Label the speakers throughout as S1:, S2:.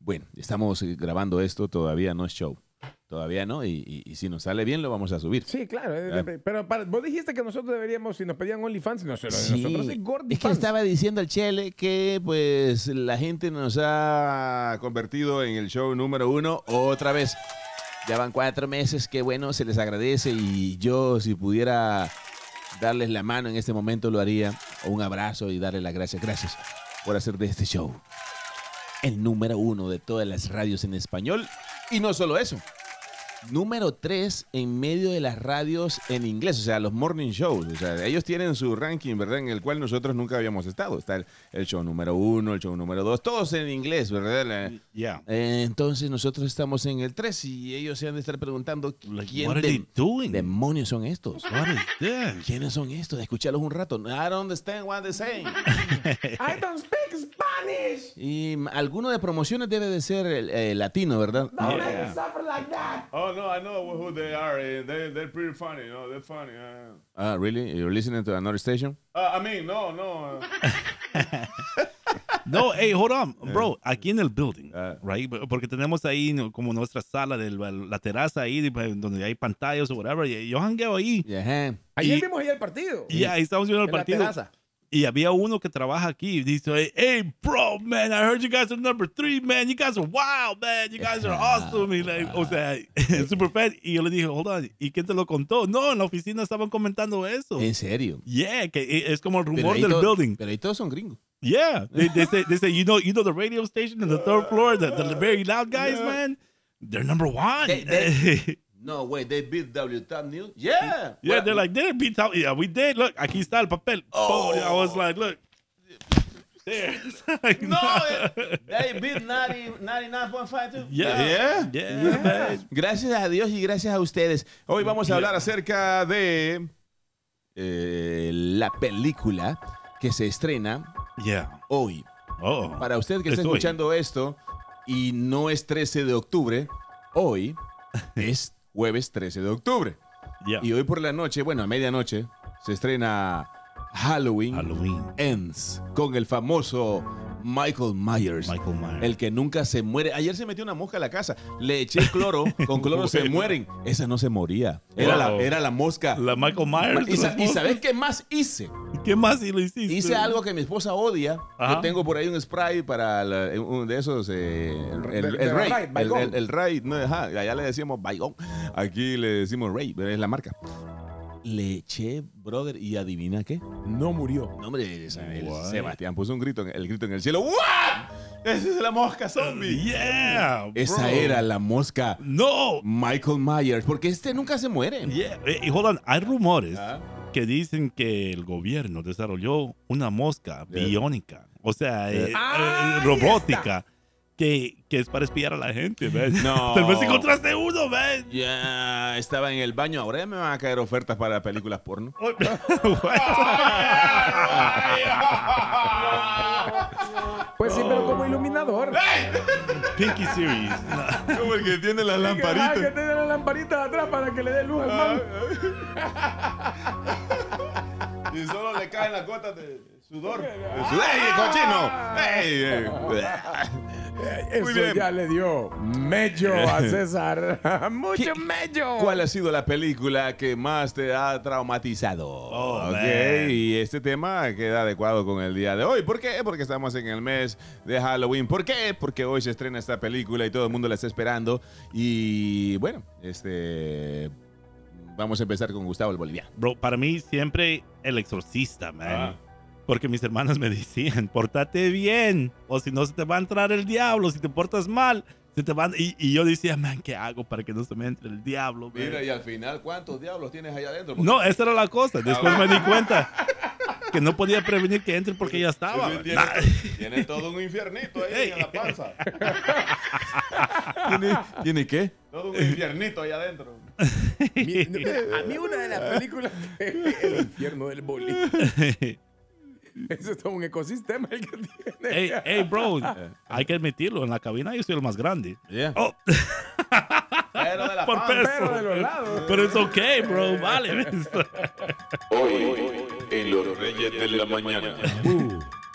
S1: bueno, estamos eh, grabando esto, todavía no es show. Todavía no, y, y- y si nos sale bien lo vamos a subir.
S2: Sí, claro. eh,
S1: Ah.
S2: de- Pero para- vos dijiste que nosotros deberíamos, si nos pedían OnlyFans, nosotros,
S1: Sí.
S2: nosotros es Gordy
S1: Es que le estaba diciendo al Chele que pues la gente nos ha convertido en el show número uno otra vez. Ya van cuatro meses, que bueno, se les agradece y yo si pudiera darles la mano en este momento lo haría, o un abrazo y darle las gracias. Gracias por hacer de este show el número uno de todas las radios en español. Y no solo eso, número 3 en medio de las radios en inglés, o sea, los morning shows. O sea, ellos tienen su ranking, ¿verdad? En el cual nosotros nunca habíamos estado. Está el, el show número 1, el show número 2, todos en inglés, ¿verdad? La-
S3: Yeah.
S1: eh, entonces nosotros estamos en el 3 y ellos se han de estar preguntando
S3: Like,
S1: ¿quién
S3: what are they
S1: de-
S3: doing?
S1: demonios son estos?
S3: What is this?
S1: ¿Quiénes son estos? Escucharlos un rato. I don't understand what they're saying.
S2: I don't speak Spanish.
S1: Y mm, alguno de promociones debe de ser el, eh, latino, ¿verdad?
S2: Don't make me suffer like that.
S4: Oh no, I know who they are. eh, They they're pretty funny. You know, they're funny. Uh,
S1: Ah, really? You're listening to another station?
S4: uh, I mean, no, no. uh, Eh.
S3: No, hey, hold on, bro. Aquí en el building,
S4: Ah.
S3: right? Porque tenemos ahí no, como nuestra sala, de la, la terraza ahí, pues, donde hay pantallas o whatever. y Yo hangueo ahí.
S1: Yeah, eh. huh.
S2: Ayer
S3: Y-
S2: vimos ahí el partido.
S3: Y ahí estamos viendo el
S2: en la
S3: partido.
S2: terraza.
S3: Y había uno que trabaja aquí. Y dice, hey, bro, man, I heard you guys are number three, man. You guys are wild, man. You guys are awesome. Y like, o sea, super fan. Y yo le dije, hold on, ¿y quién te lo contó? No, en la oficina estaban comentando eso.
S1: ¿En serio?
S3: Yeah, que e- es como el
S1: Pero
S3: rumor
S1: ahí
S3: del
S1: to-
S3: building.
S1: Pero ahí todos son gringos.
S3: Yeah, they, they say they say you know you know the radio station in the third floor, the, the very loud guys, man. They're number one.
S1: They- they- No, way, they beat W Top News. Yeah.
S3: yeah, they're like they didn't beat out. Yeah, we did. Look, aquí está el papel. Oh, I was like, look, there. It's like,
S1: No, eh, they beat 99.5 too.
S3: Yeah,
S4: Yeah.
S3: yeah,
S1: Yeah.
S3: man.
S1: Gracias a Dios y gracias a ustedes.
S4: Hoy vamos a hablar acerca de.
S1: Eh, la película que se estrena
S3: yeah.
S1: hoy.
S3: Oh,
S1: Para usted que está
S3: Es hoy.
S1: escuchando esto y no es 13 de octubre, hoy es jueves 13 de octubre.
S3: yeah.
S1: Y hoy por la noche, bueno, a medianoche, se estrena Halloween,
S3: Halloween.
S1: Ends con el famoso Michael Myers.
S3: Michael Myers.
S1: El que nunca se muere. Ayer se metió una mosca a la casa. Le eché cloro. Con cloro se mueren. Esa no se moría. Era,
S3: Wow.
S1: la, era la mosca.
S3: La Michael Myers.
S1: y, sa-
S3: la
S1: y
S3: mosca.
S1: ¿sabes qué más hice?
S3: ¿Qué más y lo hiciste?
S1: Hice algo que mi esposa odia.
S3: Ajá.
S1: Yo tengo por ahí un spray para la- un de esos. eh, el, el,
S2: Mm, De- de
S1: el
S2: la
S1: Raid.
S2: Raid,
S1: el,
S2: Baigón.
S1: el- el Raid, no, ajá, allá le decíamos Baigón. Aquí le decimos Raid, pero es la marca. Le eché, brother, y adivina qué.
S2: No murió.
S1: No, hombre, esa- el
S3: What?
S1: Sebastián puso un grito, en- el grito en el cielo. ¡What! ¡Esa es la mosca zombie!
S3: Yeah.
S1: Esa
S3: bro.
S1: era la mosca
S3: No.
S1: Michael Myers, porque este nunca se muere.
S3: Yeah. Eh, Y hold on, hay rumores
S1: Ah.
S3: que dicen que el gobierno desarrolló una mosca
S1: Yeah.
S3: biónica, o sea, eh,
S2: Ah,
S3: eh,
S2: ahí
S3: robótica, que, que es para espiar a la gente, ¿ves?
S1: No.
S3: Tal vez encontraste uno, ¿ves?
S1: Ya estaba en el baño, ahora ya me van a caer ofertas para películas porno.
S3: Oh, what?
S2: Pues sí, pero como iluminador.
S3: Pinky Series. No.
S4: Como el que tiene las
S2: Ah, que
S4: lamparitas.
S2: tiene las lamparitas atrás para que le dé luz al man.
S4: y solo le caen las gotas de sudor.
S1: ¡Ey, cochino! ¡Ey, ey!
S2: Eso
S4: Muy bien.
S2: ya le dio mello a César. Mucho
S1: ¿Qué-
S2: mello.
S1: ¿Cuál ha sido la película que más te ha traumatizado?
S3: Oh,
S1: Ok,
S3: man.
S1: y este tema queda adecuado con el día de hoy. ¿Por qué? Porque estamos en el mes de Halloween. ¿Por qué? Porque hoy se estrena esta película y todo el mundo la está esperando. Y bueno, este. Vamos a empezar con Gustavo el Boliviano.
S3: Bro, para mí siempre el exorcista, man.
S4: Ah.
S3: Porque mis hermanas me decían, pórtate bien, o si no se te va a entrar el diablo, si te portas mal, se te van... Y, y yo decía, man, ¿qué hago para que no se me entre el diablo? man?"
S4: y al final, ¿cuántos diablos tienes allá adentro?
S3: No, esa era la
S4: Ah.
S3: cosa. Después me di cuenta que no podía prevenir que entre porque ya estaba.
S4: Tiene,
S3: Nah.
S4: tiene todo un infiernito ahí
S3: Ey.
S4: en la panza.
S1: ¿Tiene, ¿Tiene qué?
S4: Todo un infiernito ahí adentro.
S2: Mi-
S4: eh,
S2: mira, a mí una de las películas El infierno del boli. Eso es todo un ecosistema el que tiene.
S3: Ey, ey, bro, hay que admitirlo. En la cabina yo soy el más grande.
S1: Yeah.
S3: Oh,
S4: Pero de la
S3: por
S4: panza.
S2: Pero de
S3: peso.
S2: los lados.
S3: Pero es ok, bro, vale.
S5: Hoy,
S1: Uh.
S5: en Los Reyes de la Mañana,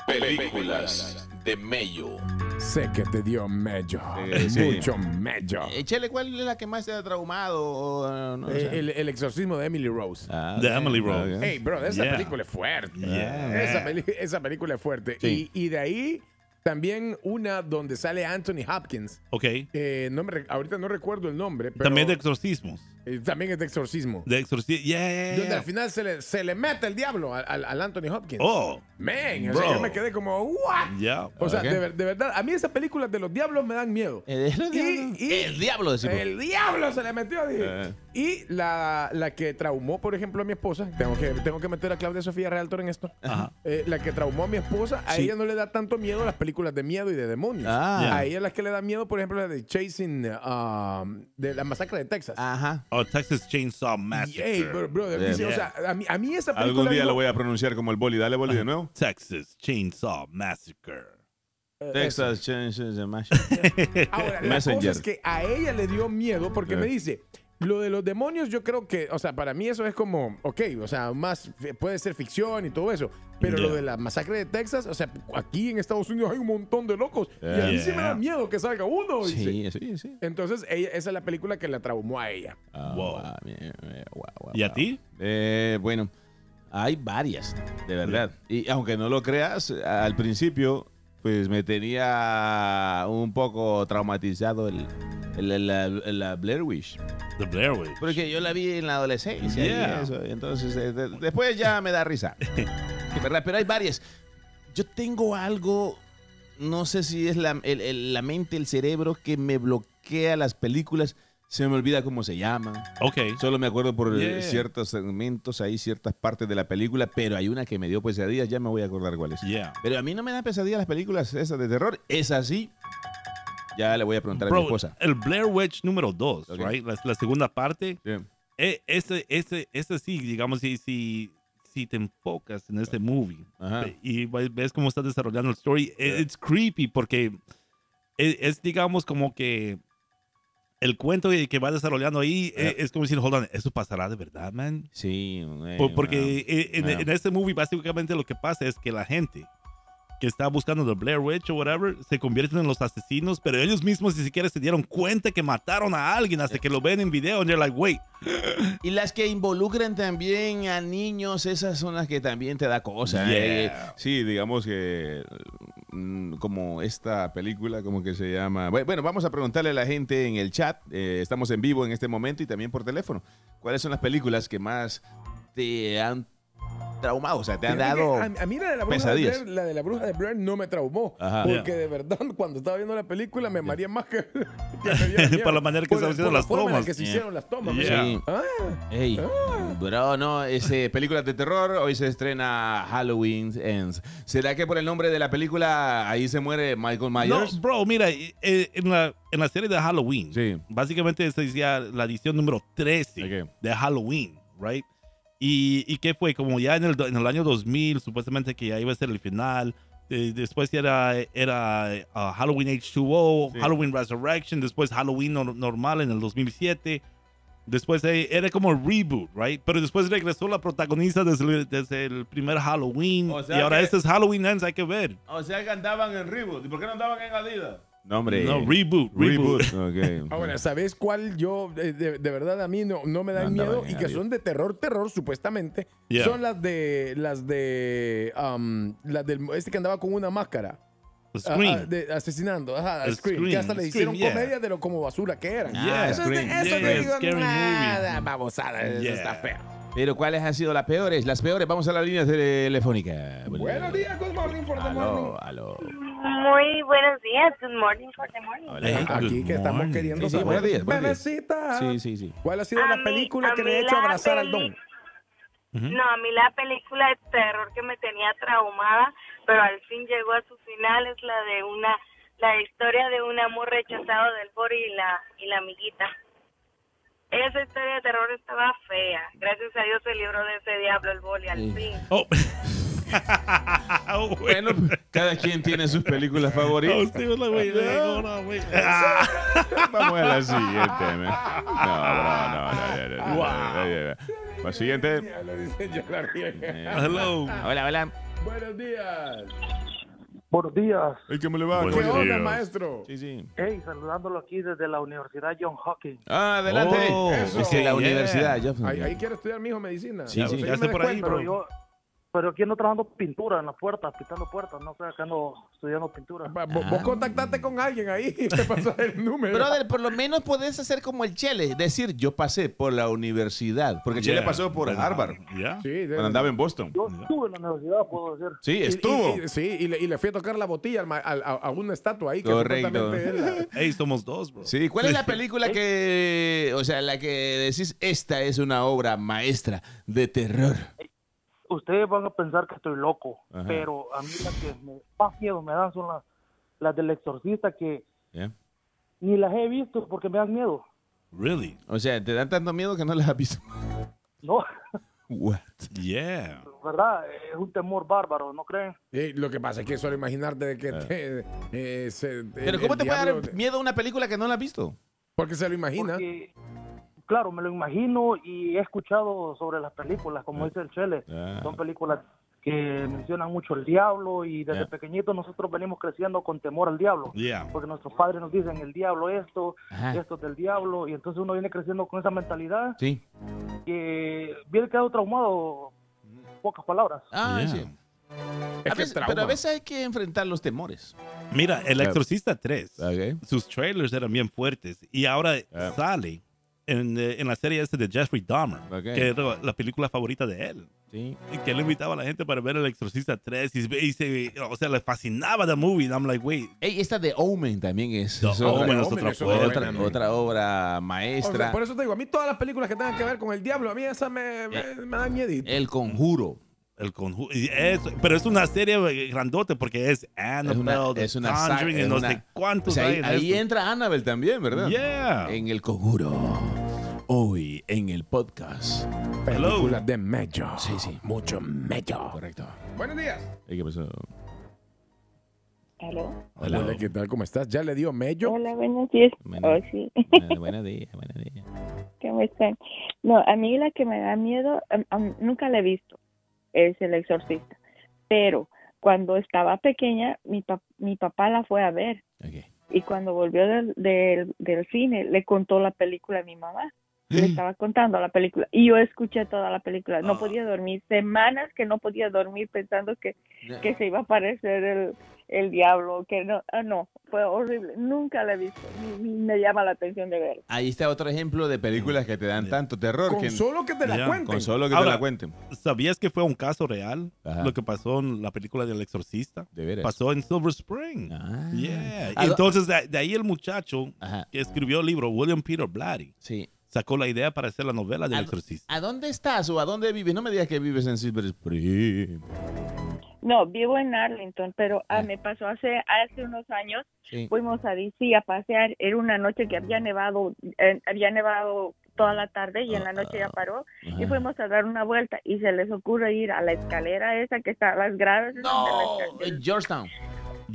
S5: películas de Mello.
S2: Sé que te dio mello.
S1: Eh, sí.
S2: Mucho mello.
S1: Eh, Chele, ¿cuál es la que más te ha traumado? O, no, o sea-
S2: Eh, el, el exorcismo de Emily Rose.
S1: Ah,
S3: The
S1: ok.
S3: Emily Rose.
S1: Ah, ok.
S2: Hey, bro, esa
S3: Yeah.
S2: película es fuerte.
S3: Yeah.
S2: Esa, peli- esa película es fuerte.
S1: Sí.
S2: Y, y de ahí también una donde sale Anthony Hopkins.
S3: Ok.
S2: Eh, no me re- ahorita no recuerdo el nombre, pero
S3: También de exorcismos.
S2: eh, también es de exorcismo.
S3: De exorcismos. Yeah,
S1: Eh.
S3: yeah,
S2: Donde
S3: yeah.
S2: al final se le, se le mete el diablo al, al- al Anthony Hopkins.
S3: Oh,
S2: Man, o sea,
S3: Bro.
S2: yo me quedé como, ¿what?
S3: yeah.
S2: O sea,
S1: Ok.
S2: de, ver- de verdad, a mí esas películas de los diablos me dan miedo.
S1: Eh, es lo
S2: Y-
S1: diablo.
S2: y-
S1: el diablo, decimos.
S2: El diablo se le metió, dije.
S1: Eh.
S2: Y la, la que traumó, por ejemplo, a mi esposa, tengo que, tengo que meter a Claudia Sofía Realtor en esto.
S3: Ajá.
S2: Eh, la que traumó a mi esposa, a
S3: Sí.
S2: ella no le da tanto miedo las películas de miedo y de demonios.
S1: Ah.
S2: A ella las que le da miedo, por ejemplo, la de Chasing, um, de la masacre de Texas.
S1: Ajá.
S3: Oh, Texas Chainsaw
S2: Y, hey,
S3: Massacre.
S2: bro, brother,
S1: Yeah.
S2: dice, o sea, a mí, a mí esa película.
S4: Algún día
S2: digo,
S4: lo voy a pronunciar como el boli. Dale boli de nuevo.
S3: Texas Chainsaw Massacre.
S2: eh,
S1: Texas Changes the Mash.
S2: Ahora, la
S1: Messenger.
S2: cosa es que a ella le dio miedo porque
S4: Eh.
S2: me dice, lo de los demonios yo creo que, o sea, para mí eso es como, ok, o sea, más f- puede ser ficción y todo eso, pero lo
S3: Yeah.
S2: de la masacre de Texas, o sea, aquí en Estados Unidos hay un montón de locos y a mí sí me da
S3: Yeah.
S2: miedo que salga uno. dice.
S1: Sí, sí, sí.
S2: Entonces, ella- esa es la película que la traumó a ella.
S1: Ah,
S3: Wow.
S1: guau, bien, eh, guau, guau,
S3: ¿Y a
S1: guau.
S3: ti?
S1: Eh, bueno, hay varias, de verdad. Y aunque no lo creas, al principio, pues me tenía un poco traumatizado el, el- el- la- la Blair Witch.
S3: The Blair Witch.
S1: Porque yo la vi en la adolescencia. y
S3: Yeah.
S1: eso, y entonces, eh, de- después ya me da risa. De ¿verdad? Pero hay varias. Yo tengo algo, no sé si es la, el- el- la mente, el cerebro, que me bloquea las películas. Se me olvida cómo se llaman.
S3: Ok.
S1: Solo me acuerdo por eh,
S3: Yeah.
S1: ciertos segmentos, ahí ciertas partes de la película, pero hay una que me dio pesadillas, ya me voy a acordar cuál es.
S3: Yeah.
S1: Pero a mí no me dan pesadillas las películas esas de terror, es así. Ya le voy a preguntar a mi
S3: Bro,
S1: esposa.
S3: el Blair Witch número 2,
S1: Ok.
S3: right? La, la segunda parte.
S1: Sí.
S3: Eh, ese, ese, ese este sí, digamos, si, si, si te enfocas en este movie
S1: Ajá.
S3: eh, y ve- ves cómo está desarrollando el story, eh, it's creepy porque es, es, digamos, como que el cuento que que va desarrollando ahí eh, es, como decir, hold on, ¿eso pasará de verdad, man?
S1: Sí,
S3: Por-
S1: eh,
S3: porque
S1: wow.
S3: eh, en,
S1: wow.
S3: en este movie básicamente lo que pasa es que la gente que está buscando The Blair Witch o whatever se convierten en los asesinos, pero ellos mismos ni siquiera se dieron cuenta que mataron a alguien hasta que lo ven en video and they're like, wait,
S1: Y las que involucran también a niños, esas son las que también te da cosa. eh.
S4: Sí, digamos que mm, como esta película, como que se llama... Bue- Bueno, vamos a preguntarle a la gente en el chat. eh, estamos en vivo en este momento y también por teléfono. ¿Cuáles son las películas que más te han traumado? O sea, te han
S2: Fíjate que
S4: dado...
S2: a, a mí la de la, bruja de
S4: pesadillas.
S2: Blair, la de la bruja de Blair no me traumó.
S1: Ajá.
S2: porque
S3: Yeah.
S2: de verdad, cuando estaba viendo la película, me mareé más que. que me diera miedo.
S3: Por la manera que
S2: Por
S3: se
S2: la-
S3: hicieron
S2: por la
S3: las
S2: forma en la
S3: tomas.
S2: que se
S1: Yeah.
S2: hicieron las tomas.
S3: Yeah.
S2: man.
S1: Sí.
S2: Ah.
S1: Ey, bro, no, este, películas de terror, hoy se estrena Halloween Ends. ¿Será que por el nombre de la película ahí se muere Michael
S3: No,
S1: Myers?
S3: bro, mira, eh, eh, en, la, en la serie de Halloween,
S1: Sí.
S3: básicamente se decía la edición número 13
S1: Ok.
S3: de Halloween, right? Y, y qué fue, como ya en el, do- en el año 2000, supuestamente que ya iba a ser el final, eh, después era, era eh, ah, Halloween H2O,
S4: Sí.
S3: Halloween Resurrection, después Halloween nor- normal en el 2007, después eh, era como el reboot, right? Pero después regresó la protagonista desde, el- desde el primer Halloween,
S4: O sea
S3: y ahora
S4: que-
S3: este es Halloween Ends, hay que ver.
S4: O sea, que andaban en Reebok. ¿Y por qué no andaban en Adidas?
S1: No, hombre.
S3: No, reboot, reboot.
S4: Reboot. Ok.
S2: Ahora, ¿sabes cuál yo, eh, de, de verdad a mí no, no me dan
S1: No andaba
S2: miedo
S1: en
S2: y que
S1: avión.
S2: son de terror, terror, supuestamente?
S3: Yeah.
S2: Son las de, las de, am, las del, este que andaba con una máscara. ah,
S3: Scream.
S2: ah, de- asesinando, ajá,
S3: El
S2: Scream, que
S3: Scream,
S2: hasta le
S3: Scream,
S2: hicieron
S3: yeah.
S2: comedia de lo como basura que eran.
S6: Ah,
S3: Yeah,
S2: eso
S1: Scream,
S2: es de, eso
S3: yeah.
S2: te digo,
S3: Scary movie.
S2: nada, babosada, eso
S3: Yeah.
S2: está feo.
S1: Pero ¿cuáles han sido las peores? Las peores, vamos a la línea telefónica.
S2: Buenos días, good morning for the morning.
S1: Aló, aló.
S6: Muy buenos días. Good morning for the morning.
S1: Hola.
S3: Hey,
S2: Aquí
S3: good
S2: que estamos
S3: morning.
S2: queriendo
S1: Sí, sí,
S2: saber.
S1: buenos días, buenos días.
S2: Bebecita,
S1: Sí, sí, sí.
S2: ¿Cuál ha sido
S6: A
S2: la
S6: mí-
S2: película
S6: a
S2: que
S6: mí
S2: le ha hecho
S6: la
S2: abrazar al
S6: peli-
S2: don?
S6: No, a mí la película de terror que me tenía traumada, pero al fin llegó a su final, es la de una, la historia de un amor rechazado del foro y la, y la amiguita. Esa historia de terror estaba fea. Gracias a Dios se libró de ese diablo el boli al fin.
S3: Oh. oh
S1: Bueno, cada quien tiene sus películas favoritas.
S3: usted es la güey. eh, No, no, güey. Ah,
S4: Vamos a la siguiente. men. No, no, no, no, no, no, no, no, no, no. La siguiente.
S2: Ya lo dice, ya la riega.
S3: Eh,
S6: Ah,
S3: hello.
S1: Hola, hola.
S2: Buenos días.
S7: Buenos días.
S4: Ay, ¿Qué me le va?
S3: Bueno.
S2: ¿Qué
S4: ¿Cómo-
S2: onda,
S3: Dios.
S2: maestro?
S4: Sí, sí.
S7: Hey, saludándolo aquí desde la Universidad John Hawking.
S4: Ah, adelante.
S3: Oh,
S2: Eso.
S1: Desde la
S3: yeah.
S1: universidad, Jefferson.
S2: Ahí, ahí quiere estudiar mi hijo medicina.
S1: Sí, sí,
S2: Conseguime
S3: ya está por ahí,
S2: descuento.
S3: bro.
S7: Pero yo, pero aquí ando trabajando pintura en las puertas, pintando puertas, no sé, acá ando estudiando pintura.
S2: Va- vo- Vos contactaste con alguien ahí y te pasas el número.
S1: Brother, por lo menos podés hacer como el Chele, es decir, yo pasé por la universidad.
S4: Porque
S3: Yeah.
S4: Chile pasó por Harvard
S3: Yeah.
S2: sí, de-
S4: cuando andaba en Boston.
S7: Yo estuve en la universidad, puedo decir.
S4: Sí,
S2: y- y-
S4: estuvo.
S2: y- sí, y le, y le fui a tocar la botella al ma- al- a, a una estatua ahí. Que
S4: Correcto.
S2: supuestamente es la-
S3: Hey, somos dos, bro.
S1: Sí, ¿cuál es la película que, o sea, la que decís, esta es una obra maestra de terror?
S7: Ustedes van a pensar que estoy loco,
S4: Ajá.
S7: pero a mí las que me, más miedo me dan son las, las del exorcista que
S4: Yeah.
S7: ni las he visto porque me dan miedo.
S3: Really?
S1: O sea, te dan tanto miedo que no las has visto.
S7: No,
S1: What?
S3: Yeah.
S7: ¿verdad? Es un temor bárbaro, ¿no creen?
S2: Eh, lo que pasa es que solo imaginarte de que te, eh, se- el-
S1: Ah. Pero ¿cómo
S2: el
S1: te puede
S2: diablo
S1: dar
S2: te-
S1: miedo una película que no la has visto?
S2: Porque se lo imagina.
S7: Porque, claro, me lo imagino y he escuchado sobre las películas, como dice el Chele,
S4: Ah.
S7: son películas que mencionan mucho el diablo y desde
S4: Ya.
S7: pequeñitos nosotros venimos creciendo con temor al diablo.
S3: Yeah.
S7: Porque nuestros padres nos dicen el diablo esto,
S1: Ajá.
S7: esto es del diablo, y entonces uno viene creciendo con esa mentalidad
S1: Sí.
S7: que viene quedado traumado, pocas palabras.
S1: Ah,
S3: Yeah.
S1: sí.
S2: Es
S1: A
S2: que
S1: veces-
S2: trauma.
S1: pero a veces hay que enfrentar los temores.
S3: Mira, El
S4: Yeah.
S3: Exorcista 3. Sus trailers eran bien fuertes. Y ahora
S4: Yeah.
S3: sale en, eh, en la serie este de Jeffrey Dahmer,
S4: Ok.
S3: que era la película favorita de él.
S4: Sí.
S3: Y que él invitaba a la gente para ver El Exorcista 3. Y, y se, o sea, le fascinaba la movie. And I'm like, wait.
S1: Ey, esta de Omen también es,
S3: The
S1: es otra,
S3: Omen es
S2: Omen
S3: otra
S2: es otra
S3: fuerte.
S1: otra-
S2: buena,
S1: otra obra
S2: O sea,
S1: maestra.
S2: por eso te digo, a mí todas las películas que tengan que ver con el diablo, a mí esas me,
S3: Eh,
S2: me, me dan miedito.
S1: El conjuro.
S3: El conjuro. pero es una serie grandote porque es Annabelle, The
S1: es una saga,
S3: Conjuring,
S1: es
S3: y no
S1: una-
S3: sé cuántos
S1: O sea,
S3: hay
S1: ahí,
S3: en
S1: ahí
S3: esto.
S1: entra Annabelle también, ¿verdad?
S3: Yeah.
S1: En el conjuro. Hoy en el podcast.
S2: Películas de medio.
S1: Sí, sí.
S2: Mucho medio. Correcto. Buenos días.
S4: Ey, ¿Qué pasó?
S8: ¿Aló?
S2: Hola. ¿qué tal? ¿Cómo estás? ¿Ya le dio mello?
S8: Hola, buenos días.
S4: Bueno.
S8: Oh, sí,
S4: Buenos días, buenos días.
S8: ¿cómo están? No, a mí la que me da miedo, am- am- nunca la he visto, es El Exorcista. Pero cuando estaba pequeña, mi, pa- mi papá la fue a ver. Y cuando volvió del, del, del cine, le contó la película a mi mamá.
S6: Mm.
S8: Le estaba contando la película. Y yo escuché toda la película. No
S3: Ah.
S8: podía dormir. Semanas que no podía dormir pensando que, que se iba a aparecer el, el diablo. Que no, ah, no, fue horrible. Nunca la he visto. Ni- ni me llama la atención de verla.
S1: Ahí está otro ejemplo de películas que te dan tanto terror.
S2: Con
S1: que-
S2: solo que te la
S3: Ya,
S2: cuenten.
S4: Con solo que
S3: Ahora-
S4: te la cuenten.
S3: ¿Sabías que fue un caso real
S4: Ajá.
S3: lo que pasó en la película del exorcista?
S4: De veras.
S3: Pasó en Silver Spring.
S1: Ah.
S3: Yeah.
S1: Ah,
S3: Y entonces de, de ahí el muchacho
S1: Ajá.
S3: que escribió el libro, William Peter Blatty,
S1: Sí.
S3: sacó la idea para hacer la novela del
S1: Ah,
S3: exorcista.
S1: ¿A dónde estás o a dónde vives? No me digas que vives en Silver Spring.
S8: No, vivo en Arlington, pero ah, me pasó hace hace unos años.
S1: Sí. Ah.
S8: Fuimos a DC a pasear. Era una noche que había nevado, eh, había nevado toda la tarde y en la
S1: Ah,
S8: noche ya paró. Y fuimos a dar una vuelta y se les ocurre ir a la escalera esa que está, las gradas. esas
S1: No,
S8: de la esca-
S1: en
S8: del-
S1: Georgetown.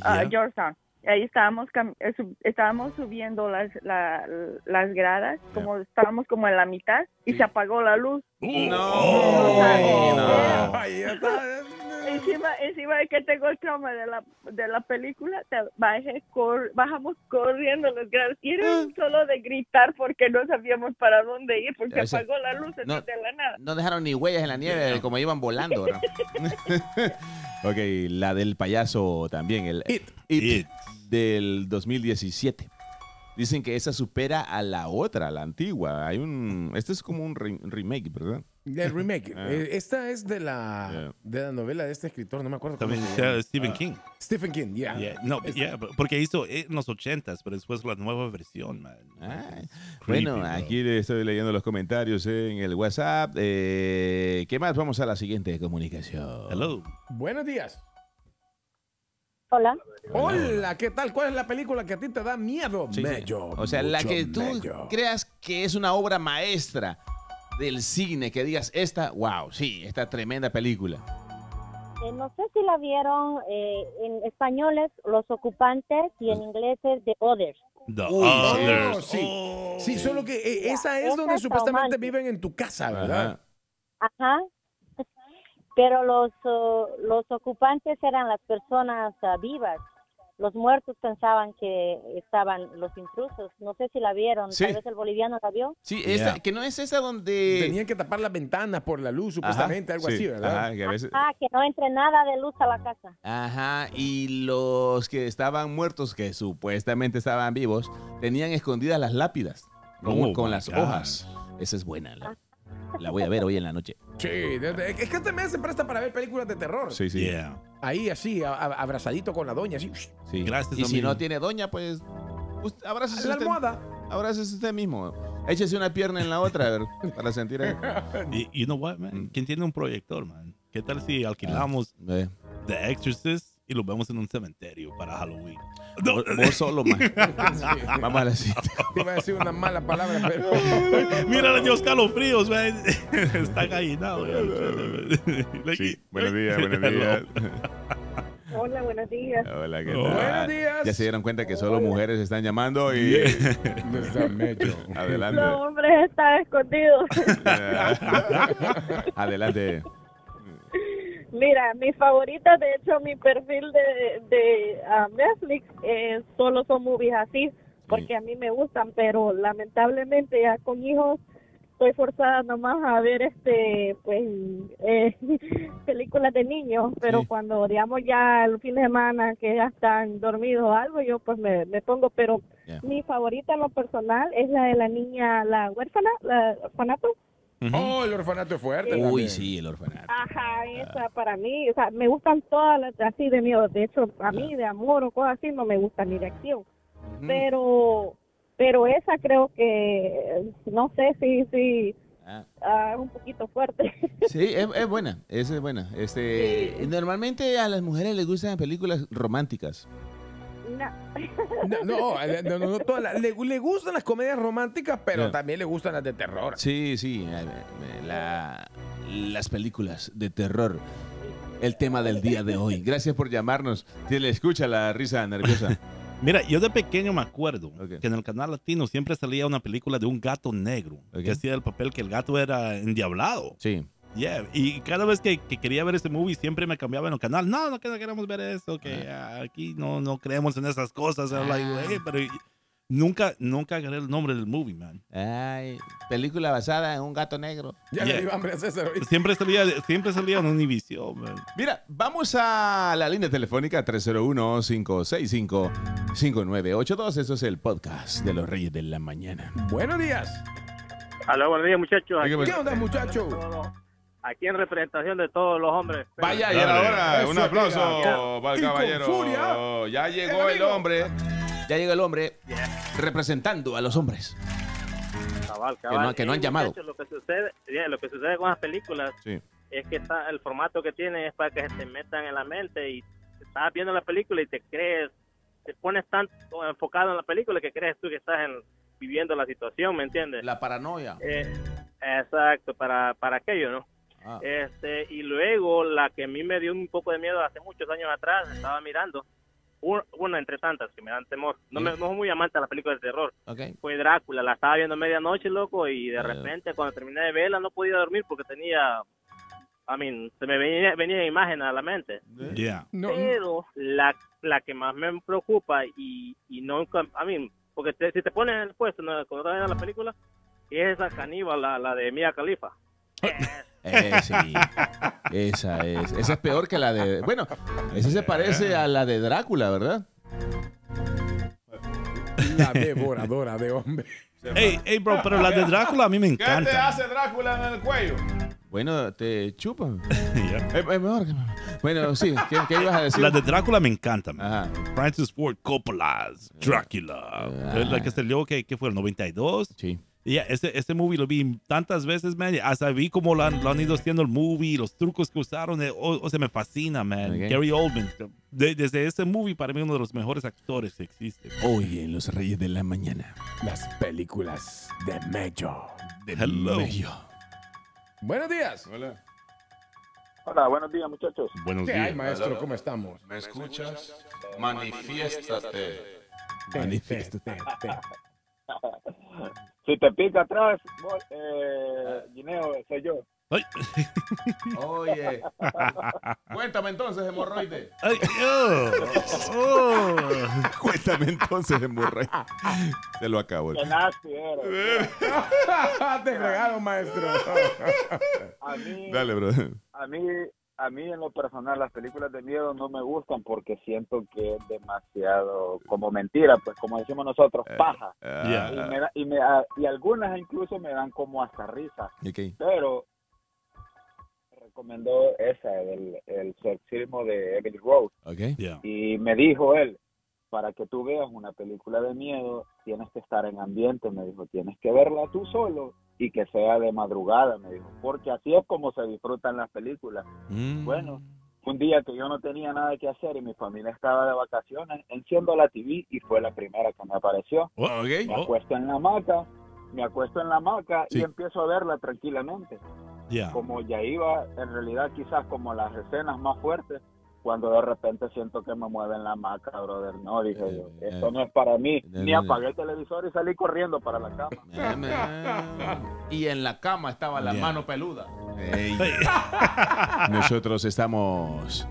S8: ah,
S3: Yeah.
S8: Georgetown. Y Ahí estábamos, cam- eh, sub- estábamos subiendo las, la- las gradas, como estábamos como en la mitad y se apagó la luz.
S1: Uh,
S3: Oh.
S8: Ay,
S4: no.
S2: Ay, ya está.
S8: Encima, encima de que tengo el trauma de la, de la película, te bajé cor- bajamos corriendo los grados. Y era un solo de gritar porque no sabíamos para dónde ir, porque
S1: Ya sé.
S8: apagó la luz así
S1: No.
S8: de la nada.
S1: No dejaron ni huellas en la nieve, como iban volando, ¿verdad?
S4: Ok, la del payaso también, el
S2: It.
S4: It
S3: It.
S4: del 2017. Dicen que esa supera a la otra, a la antigua. Hay un, este es como un re- remake, ¿verdad?
S2: El remake.
S4: Ah.
S2: Eh, Esta es de la,
S4: Yeah.
S2: de la novela de este escritor, no me acuerdo cómo
S3: También
S2: se
S3: está
S2: llama. Ah,
S3: Stephen King.
S2: Stephen King, Este, ya.
S3: Yeah. No, yeah, porque hizo en los ochentas, pero después la nueva versión, man.
S4: Ah,
S3: Creepy,
S4: bueno,
S3: bro.
S4: aquí le estoy leyendo los comentarios en el WhatsApp. Eh, ¿Qué más? Vamos a la siguiente comunicación.
S3: Hello.
S2: Buenos días.
S9: Hola.
S2: Hola, ¿qué tal? ¿Cuál es la película que a ti te da miedo?
S1: Sí, sí. O sea, la
S2: mucho
S1: que tú
S2: mello.
S1: creas que es una obra maestra del cine, que digas, esta, wow, sí, esta tremenda película.
S9: Eh, no sé si la vieron eh, en español es Los Ocupantes y en inglés es The Others.
S3: The
S1: Uy, sí.
S3: Others.
S2: Oh, sí.
S3: Oh.
S2: Sí, solo que eh, esa es
S9: esa
S2: donde
S9: es
S2: supuestamente
S9: traumante.
S2: viven en tu casa, ¿verdad?
S4: Ajá.
S9: Ajá. pero los, oh, los ocupantes eran las personas ah, vivas. Los muertos pensaban que estaban los intrusos. No sé si la vieron,
S1: Sí.
S9: tal vez el boliviano la vio.
S1: Sí, esa-
S4: Yeah.
S1: que no es esa donde...
S2: Tenían que tapar las ventanas por la luz,
S1: Ajá,
S2: supuestamente, algo
S1: sí,
S2: así, ¿verdad?
S4: Ajá, que a veces-
S9: Ah, que no entre nada de luz a la casa.
S1: Ajá, y los que estaban muertos, que supuestamente estaban vivos, tenían escondidas las lápidas con,
S3: Oh,
S1: con
S3: my
S1: las
S3: gosh.
S1: hojas. Esa es buena. La, la voy a ver hoy en la noche.
S2: Sí, de- de- es que también se presta para ver películas de terror.
S4: Sí, sí.
S3: Yeah.
S2: Ahí, así, a- a- abrazadito con la doña, así,
S1: Sí.
S3: Gracias,
S1: y si
S3: amigo.
S1: no tiene doña, pues us-
S2: a
S1: abrácese
S2: la
S1: usted,
S2: almohada.
S1: abrácese usted mismo. Échese una pierna en la otra, a ver, para sentir... Mm. ahí.
S3: Y- You know what, man? ¿Quién tiene un proyector, man? ¿Qué tal si alquilamos
S1: Eh,
S3: The Exorcist y lo vemos en un cementerio para Halloween? No,
S1: vos, vos solo, man.
S2: Sí,
S1: Vamos a la cita.
S2: te iba a decir una mala palabra, pero...
S3: Mira, le dio escalofríos, man. Está gallinado. man. Like-
S4: Sí, buenos días, buenos días.
S6: Hola, buenos días.
S4: Hola, ¿qué tal?
S3: Buenos
S2: días.
S4: Ya se dieron cuenta que solo mujeres están llamando y
S2: No está mecho.
S4: adelante.
S6: Los hombres están escondidos.
S4: adelante.
S6: Mira, mi favorita, de hecho, mi perfil de, de ah, Netflix eh, solo son movies así, porque a mí me gustan, pero lamentablemente ya con hijos estoy forzada nomás a ver este pues eh, películas de niños, pero
S1: Sí.
S6: cuando digamos ya el fin de semana que ya están dormidos o algo, yo pues me, me pongo, pero
S1: Ya.
S6: mi favorita en lo personal es la de la niña, la huérfana, la orfanato.
S2: Oh, el orfanato es fuerte.
S1: Uy,
S2: también.
S1: sí, el orfanato.
S6: Ajá, esa para mí, o sea, me gustan todas las así de miedo. De hecho, a mí de amor o cosas así no me gusta ni de acción. Pero pero esa creo que, eh, no sé si, si
S1: Ah.
S6: ah, es un poquito fuerte.
S1: Sí, es, es buena, esa es buena. Este, Normalmente a las mujeres les gustan películas románticas.
S6: No.
S2: No, no, eh, no, no, no todas las- le, le gustan las comedias románticas, pero
S1: Ya.
S2: también le gustan las de terror.
S1: Sí, sí, eh, eh, la- las películas de terror. El tema del día de hoy. Gracias por llamarnos. Te le escucha la risa nerviosa.
S3: Mira, yo de pequeño me acuerdo
S1: Ok.
S3: que en el canal latino siempre salía una película de un gato negro
S1: Ok.
S3: que hacía el papel que el gato era endiablado.
S1: Sí.
S3: Yeah, y cada vez que, que quería ver ese movie siempre me cambiaba en el canal. No, no, que no queremos ver eso, que ah, aquí no, no creemos en esas cosas. I'm like,
S1: Ah.
S3: "Wey", pero y- nunca, nunca agarré el nombre del movie, man.
S1: Ay, película basada en un gato negro.
S2: Ya
S3: Ya.
S2: le dio hambre a César. ahorita.
S3: Siempre salía, siempre salía en Univision, man.
S1: Mira, vamos a la línea telefónica 301-565-5982. Eso es el podcast de los Reyes de la Mañana.
S2: Buenos días.
S10: Aló, buenos días, muchachos.
S4: Oiga, pues,
S2: ¿Qué onda, muchacho?
S10: Aquí en representación de todos los hombres.
S4: Vaya, y ahora
S2: Eso,
S4: un aplauso
S2: mira.
S4: para el
S2: Y con
S4: caballero.
S2: furia,
S4: ya llegó
S2: el
S4: el
S2: amigo.
S4: hombre.
S1: Ya llega el hombre representando a los hombres.
S10: Cabal,
S1: Que no- que no han
S10: Eh,
S1: llamado.
S10: muchachos, Lo que, sucede, ya, lo que sucede con las películas
S4: Sí.
S10: es que está, el formato que tienen es para que se te metan en la mente y estás viendo la película y te crees, te pones tan enfocado en la película que crees tú que estás en- viviendo la situación, ¿me entiendes?
S1: La paranoia.
S10: Eh, exacto, para, para aquello, ¿no?
S1: Ah.
S10: Este, y luego la que a mí me dio un poco de miedo hace muchos años atrás, estaba mirando, un- una entre tantas que me dan temor. No, me, no soy muy amante a las películas de terror.
S1: Ok.
S10: Fue Drácula, la estaba viendo a medianoche, loco, y de repente cuando terminé de verla no podía dormir porque tenía, a mí, se me venía, venía imagen a la mente.
S3: Yeah.
S2: No,
S10: Pero la, la que más me preocupa y, y nunca, a mí, porque te- si te pones en el puesto ¿no? cuando estás viendo la película, es esa caníbal, la, la de Mia Khalifa.
S1: Eh, sí. Esa es. Esa es peor que la de. Bueno, esa se parece a la de Drácula, ¿verdad?
S2: la devoradora de hombre.
S3: Hey, hey, bro, pero la de Drácula a mí me
S4: ¿Qué te
S3: encanta.
S4: hace Drácula en el cuello?
S1: Bueno, te chupan.
S3: Yeah.
S1: Es es mejor. que- Bueno, sí. ¿Qué, qué ibas a decir?
S3: La de Drácula me encanta, man.
S1: Ajá.
S3: Francis Ford Coppola's Drácula.
S1: Ah.
S3: La que salió, que, que fue el 92.
S1: Sí.
S3: Y ya, ese, ese movie lo vi tantas veces, man. Hasta vi cómo lo han, lo han ido haciendo el movie, los trucos que usaron. eh, O, o sea, me fascina, man.
S1: Ok.
S3: Gary Oldman. de- desde ese movie, para mí, uno de los mejores actores que existe.
S1: Hoy en Los Reyes de la Mañana.
S2: Las películas de Mello.
S1: De
S3: Hello.
S1: Mello.
S2: Buenos días.
S4: Hola.
S10: Hola, buenos días, muchachos.
S3: Buenos
S2: ¿Qué hay,
S3: días.
S2: maestro? ¿Cómo estamos?
S4: ¿Me escuchas? Manifiéstate.
S2: Te,
S1: Manifiesto.
S2: te, te, te.
S10: Si te pica atrás, vos, eh, Guineo, soy yo.
S3: Ay.
S1: Oye. Cuéntame entonces, hemorroide.
S3: Ay, oh. Oh.
S1: Cuéntame entonces, hemorroide. Se lo acabo.
S11: Qué nasty eres.
S2: Te fregaron, maestro.
S11: A mí,
S1: Dale, bro.
S11: a mí, a mí en lo personal las películas de miedo no me gustan porque siento que es demasiado como mentira, pues como decimos nosotros,
S3: Eh,
S11: paja.
S1: Ah,
S11: Y, me da- y me- a- y algunas incluso me dan como hasta risa.
S1: ok.
S11: Pero me recomendó esa, del, el sexismo de Emily Rose.
S1: Ok.
S3: Yeah.
S11: Y me dijo él, para que tú veas una película de miedo, tienes que estar en ambiente, me dijo, tienes que verla tú solo y que sea de madrugada, me dijo, porque así es como se disfrutan las películas.
S1: Mm.
S11: Bueno, fue un día que yo no tenía nada que hacer y mi familia estaba de vacaciones, enciendo la TV y fue la primera que me apareció.
S1: Oh,
S11: Me
S1: ok.
S11: acuesto en la hamaca, me acuesto en la hamaca y empiezo a verla tranquilamente
S3: Yeah.
S11: como ya iba, en realidad quizás como las escenas más fuertes, cuando de repente siento que me mueven la hamaca, brother. No, dije yo, esto no es para mí. Ni
S1: no, no.
S11: apagué el televisor y salí corriendo para la cama.
S1: Y en la cama estaba la
S11: Ya.
S1: mano peluda. Nosotros estamos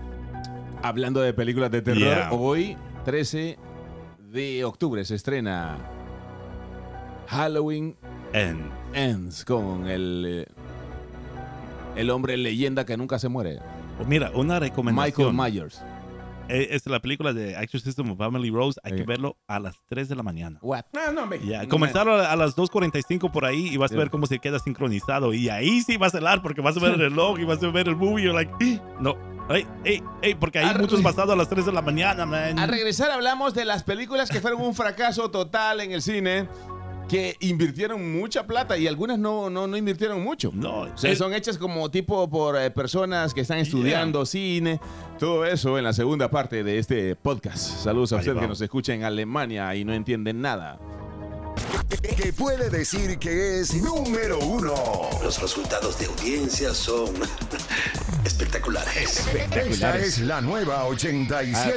S1: hablando de películas de terror.
S3: Yeah.
S1: Hoy, 13 de octubre, se estrena Halloween
S3: End.
S1: Ends con el, eh, el hombre leyenda que nunca se muere.
S3: Pues mira, una recomendación.
S1: Michael Myers.
S3: Eh, Es la película de Action System of Family Rose. Hay que verlo a las 3 de la mañana.
S1: What?
S2: No, no, me.
S3: Ya, comenzaron a a las 2.45 por ahí y vas a
S1: Yeah.
S3: ver cómo se queda sincronizado. Y ahí sí vas a celar porque vas a ver el reloj y vas a ver el movie. You're like, "Ih, no, ey, ey, ey, porque hay muchos pasados a las 3 de la mañana, man.
S1: Al regresar hablamos de las películas que fueron un fracaso total en el cine, que invirtieron mucha plata y algunas no, no, no invirtieron mucho.
S3: No,
S1: O sea,
S3: el-
S1: son hechas como tipo por eh, personas que están estudiando cine. Todo eso en la segunda parte de este podcast. Saludos a
S3: Ahí
S1: usted que
S3: vamos.
S1: nos escucha en Alemania y no entienden nada.
S12: que puede decir que es número uno. Los resultados de audiencia son espectaculares. Esta
S1: Espectaculares.
S12: es la nueva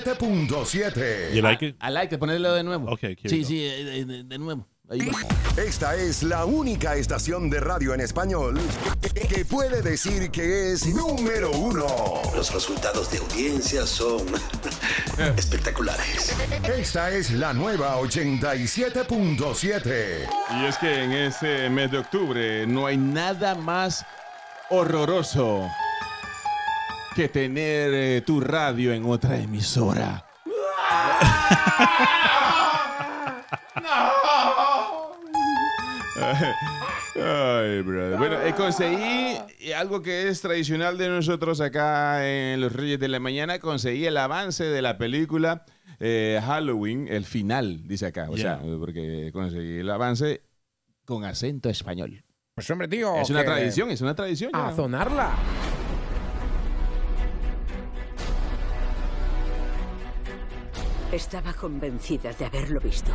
S12: 87.7.
S3: You like it?
S1: I Ah, like it, ponerlo de nuevo.
S3: Okay, here
S1: Sí,
S3: we go.
S1: sí, eh, de, de- de nuevo. Ahí va.
S12: Esta es la única estación de radio en español que puede decir que es número uno. Los resultados de audiencia son espectaculares. Esta es la nueva 87.7.
S1: Y es que en este mes de octubre no hay nada más horroroso que tener eh, tu radio en otra emisora. Ay, brother. Bueno, eh, conseguí eh, algo que es tradicional de nosotros acá en Los Reyes de la Mañana. Conseguí el avance de la película eh, Halloween, el final, dice acá. O sea, porque conseguí el avance con acento español.
S2: Pues hombre, tío.
S1: Es una
S2: que-
S1: tradición, es una tradición. ya.
S2: A sonarla.
S13: Estaba convencida de haberlo visto,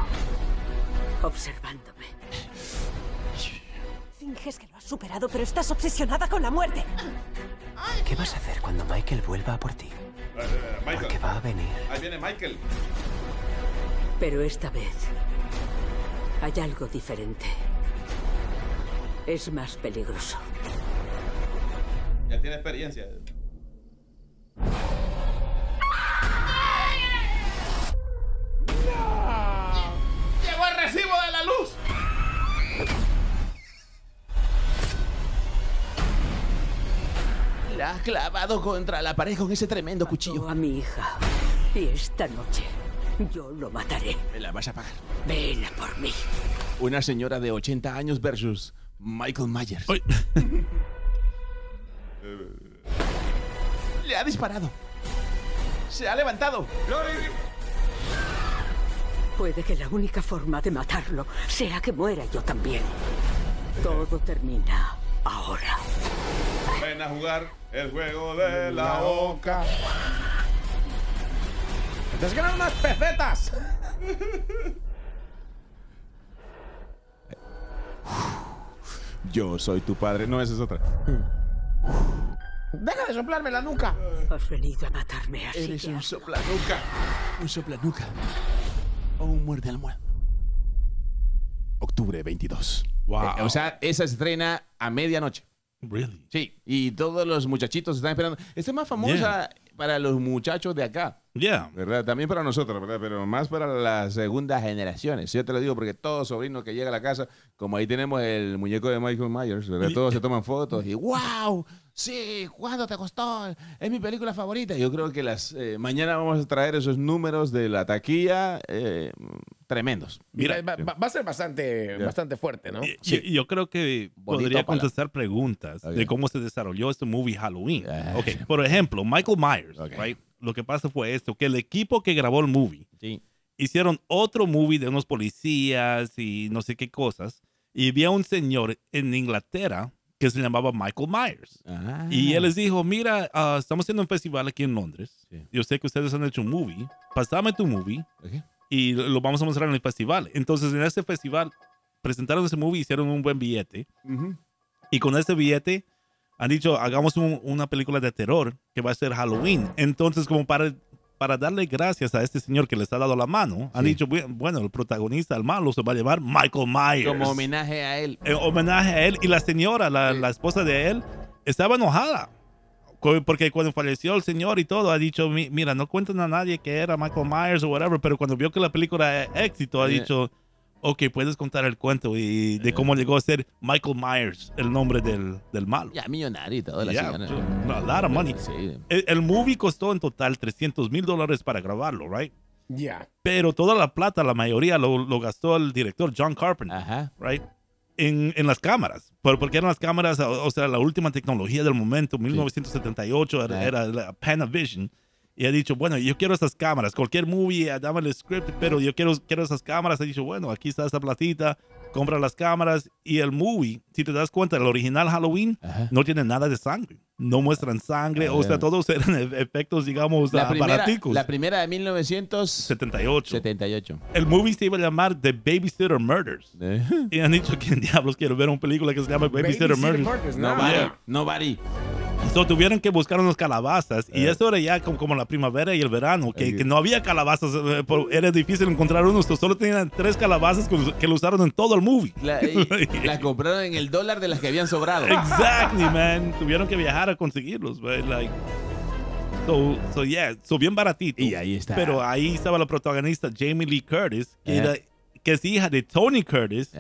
S13: observándome.
S14: Finges que lo has superado, pero estás obsesionada con la muerte.
S7: ¿Qué vas a hacer cuando Michael vuelva a por ti? Porque va a venir.
S1: Ahí viene Michael.
S13: Pero esta vez hay algo diferente. Es más peligroso.
S1: Ya tiene experiencia.
S2: Llegó el recibo de la luz.
S13: La has clavado contra la pared con ese tremendo cuchillo. a mi hija. Y esta noche yo lo mataré.
S1: Me la vas a pagar.
S13: Ven a por mí.
S1: Una señora de 80 años versus Michael Myers.
S15: Le ha disparado. Se ha levantado.
S13: Puede que la única forma de matarlo sea que muera yo también. Todo termina ahora.
S1: Ven a jugar el juego de la oca.
S2: Te has ganado unas pesetas.
S1: Yo soy tu padre. No, esa es otra.
S2: Deja de soplarme la nuca.
S13: Has venido a matarme así.
S15: Eres
S13: que
S15: un
S13: hazlo.
S15: soplanuca. Un soplanuca.
S1: Oh,
S15: O un muerde almohada.
S1: Octubre 22. Eh, o sea, esa estrena a medianoche.
S3: Really?
S1: Sí, y todos los muchachitos están esperando. Esta es más famosa para los muchachos de acá.
S3: Yeah.
S1: ¿Verdad? También para nosotros, ¿verdad? Pero más para las segundas generaciones. Yo te lo digo porque todo sobrino que llega a la casa, como ahí tenemos el muñeco de Michael Myers, ¿verdad? Todos se toman fotos y ¡wow! Sí, ¿cuánto te costó? Es mi película favorita. Yo creo que las eh, mañana vamos a traer esos números de la taquilla eh, tremendos.
S2: Mira, va, va- va a ser bastante, bastante fuerte, ¿no?
S3: Y- y- yo creo que podría
S2: palabra.
S3: contestar preguntas de cómo se desarrolló este movie Halloween. Ok, por ejemplo, Michael Myers, right? Lo que pasa fue esto, que el equipo que grabó el movie hicieron otro movie de unos policías y no sé qué cosas. Y había un señor en Inglaterra que se llamaba Michael Myers. Y él les dijo, mira, ah, estamos haciendo un festival aquí en Londres. Yo sé que ustedes han hecho un movie. Pasame tu movie y lo lo vamos a mostrar en el festival. Entonces, en este festival presentaron ese movie, hicieron un buen billete. Y con ese billete han dicho, hagamos un- una película de terror que va a ser Halloween. Entonces, como para, para darle gracias a este señor que les ha dado la mano, han dicho, "Bu- bueno, el protagonista, el malo, se va a llevar Michael Myers.
S1: Como homenaje a él.
S2: Eh,
S3: En homenaje a él. Y la señora, la, la esposa de él, estaba enojada. Co- Porque cuando falleció el señor y todo, ha dicho, "Mi- mira, no cuentan a nadie que era Michael Myers o whatever, pero cuando vio que la película era éxito, ha
S1: Eh.
S3: dicho, ok, puedes contar el cuento y de cómo llegó a ser Michael Myers, el nombre del, del malo.
S1: Ya, millonario y todo, la
S3: Yeah,
S1: señora.
S3: so, no, a lot of money.
S1: Sí.
S3: El, el movie costó en total 300 mil dólares para grabarlo, right?
S2: Ya.
S3: Pero toda la plata, la mayoría, lo, lo gastó el director John Carpenter, right? En, en las cámaras, por- porque eran las cámaras, o, o sea, la última tecnología del momento, 1978, era, era la Panavision. Y ha dicho, bueno, yo quiero esas cámaras, cualquier movie, eh, dame el script, pero yo quiero, quiero esas cámaras. Ha dicho, bueno, aquí está esta platita, compra las cámaras. Y el movie, si te das cuenta, el original Halloween no tiene nada de sangre. No muestran sangre, o sea,
S1: Ah.
S3: todos eran e- efectos, digamos,
S1: La primera,
S3: aparaticos.
S1: la primera de 1978. 78.
S3: El movie se iba a llamar The Babysitter Murders. Y han dicho, ¿quién diablos quiero ver una película que se llama Babysitter,
S1: Babysitter
S3: Murders?
S1: Murders, no. Nobody,
S3: nobody. Eh. So tuvieron que buscar unos calabazas. Y eso era ya como, como la primavera y el verano, que, que no había calabazas. eh, por- Era difícil encontrar unos. so Solo tenían tres calabazas que, que lo usaron en todo el movie.
S1: La, y- la compraron en el dólar de las que habían sobrado.
S3: Exactly, man. Tuvieron que viajar a conseguirlos, Pues, güey, Like, so, so, yeah, so bien baratito. Y ahí está. Pero ahí estaba la protagonista Jamie Lee Curtis, que,
S1: Ajá.
S3: era- que es hija de Tony Curtis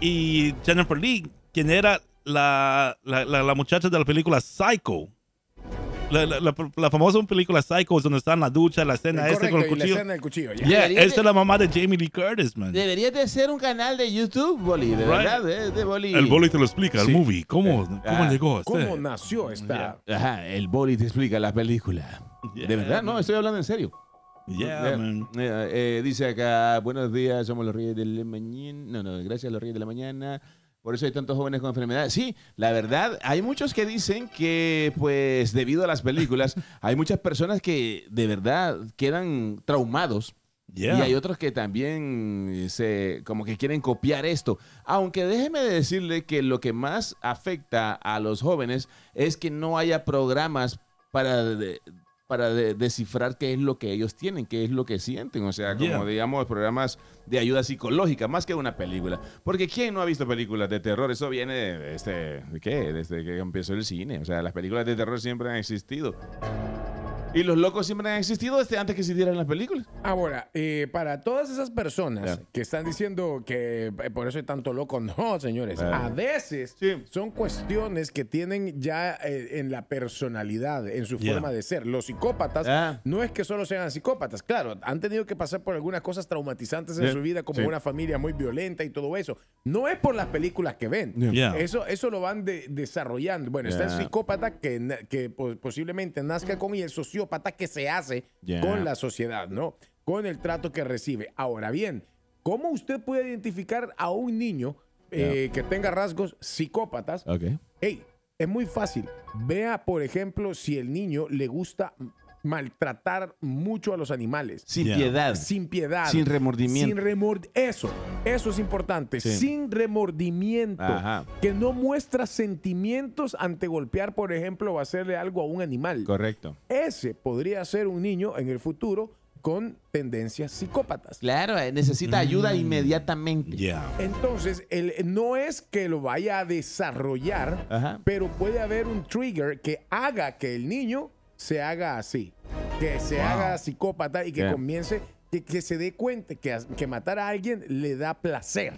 S3: y Jennifer Lee, quien era la, la, la- la muchacha de la película Psycho. La, la- la- la famosa película Psycho es donde está en la ducha, la escena esta
S2: Correcto, y
S3: con el
S2: la
S3: cuchillo.
S2: escena del cuchillo. ya.
S3: Yeah, esa es la mamá de Jamie Lee Curtis, man.
S1: Deberías de ser un canal de YouTube, Boli, de
S3: Right.
S1: verdad, de, de Boli.
S3: El Boli te lo explica, el
S1: Sí.
S3: movie. ¿Cómo, cómo
S1: Ah,
S3: llegó a ser?
S2: ¿Cómo nació esta?
S1: Ajá, el Boli te explica la película. de verdad, no, estoy hablando en serio.
S3: Yeah,
S1: Eh,
S3: man.
S1: eh, eh, dice acá, buenos días, somos los Reyes de la Mañana. No, no, gracias a los Reyes de la Mañana. Por eso hay tantos jóvenes con enfermedades. Sí, la verdad, hay muchos que dicen que, pues, debido a las películas, hay muchas personas que de verdad quedan traumados.
S3: Yeah.
S1: Y hay otros que también se, como que quieren copiar esto. Aunque déjeme decirle que lo que más afecta a los jóvenes es que no haya programas para, de- para de- descifrar qué es lo que ellos tienen, qué es lo que sienten. O sea, como
S4: Yeah.
S1: digamos, programas de ayuda psicológica, más que una película. Porque ¿quién no ha visto películas de terror? Eso viene de este, ¿de qué? Desde que empezó el cine. O sea, las películas de terror siempre han existido. Y los locos siempre han existido desde antes que existieran las películas.
S2: Ahora, eh, para todas esas personas que están diciendo que eh, por eso hay tanto loco, no, señores.
S1: Ah.
S2: A veces son cuestiones que tienen ya eh, en la personalidad, en su
S1: Yeah.
S2: forma de ser. Los psicópatas no es que solo sean psicópatas, claro, han tenido que pasar por algunas cosas traumatizantes en
S1: Yeah.
S2: su vida, como
S1: Sí.
S2: una familia muy violenta y todo eso. No es por las películas que ven.
S1: Yeah.
S2: Eso, eso lo van de- desarrollando. Bueno, está el
S1: Yeah.
S2: psicópata que, na- que po- posiblemente nazca con y el sociópata que se hace
S1: Yeah.
S2: con la sociedad, ¿no? Con el trato que recibe. Ahora bien, ¿cómo usted puede identificar a un niño eh, que tenga rasgos psicópatas?
S1: Ok.
S2: Hey, es muy fácil. Vea, por ejemplo, si el niño le gusta maltratar mucho a los animales.
S1: Sin Yeah. piedad.
S2: Sin piedad.
S1: Sin remordimiento.
S2: Sin remord- Eso, eso es importante.
S1: Sí.
S2: Sin remordimiento.
S1: Ajá.
S2: Que no muestra sentimientos ante golpear, por ejemplo, o hacerle algo a un animal.
S1: Correcto.
S2: Ese podría ser un niño en el futuro con tendencias psicópatas.
S1: Claro, eh, necesita ayuda inmediatamente.
S2: Entonces, el, no es que lo vaya a desarrollar, pero puede haber un trigger que haga que el niño se haga así, que se
S4: Wow.
S2: haga psicópata y que
S4: Bien.
S2: comience, que, que se dé cuenta que, as- que matar a alguien le da placer.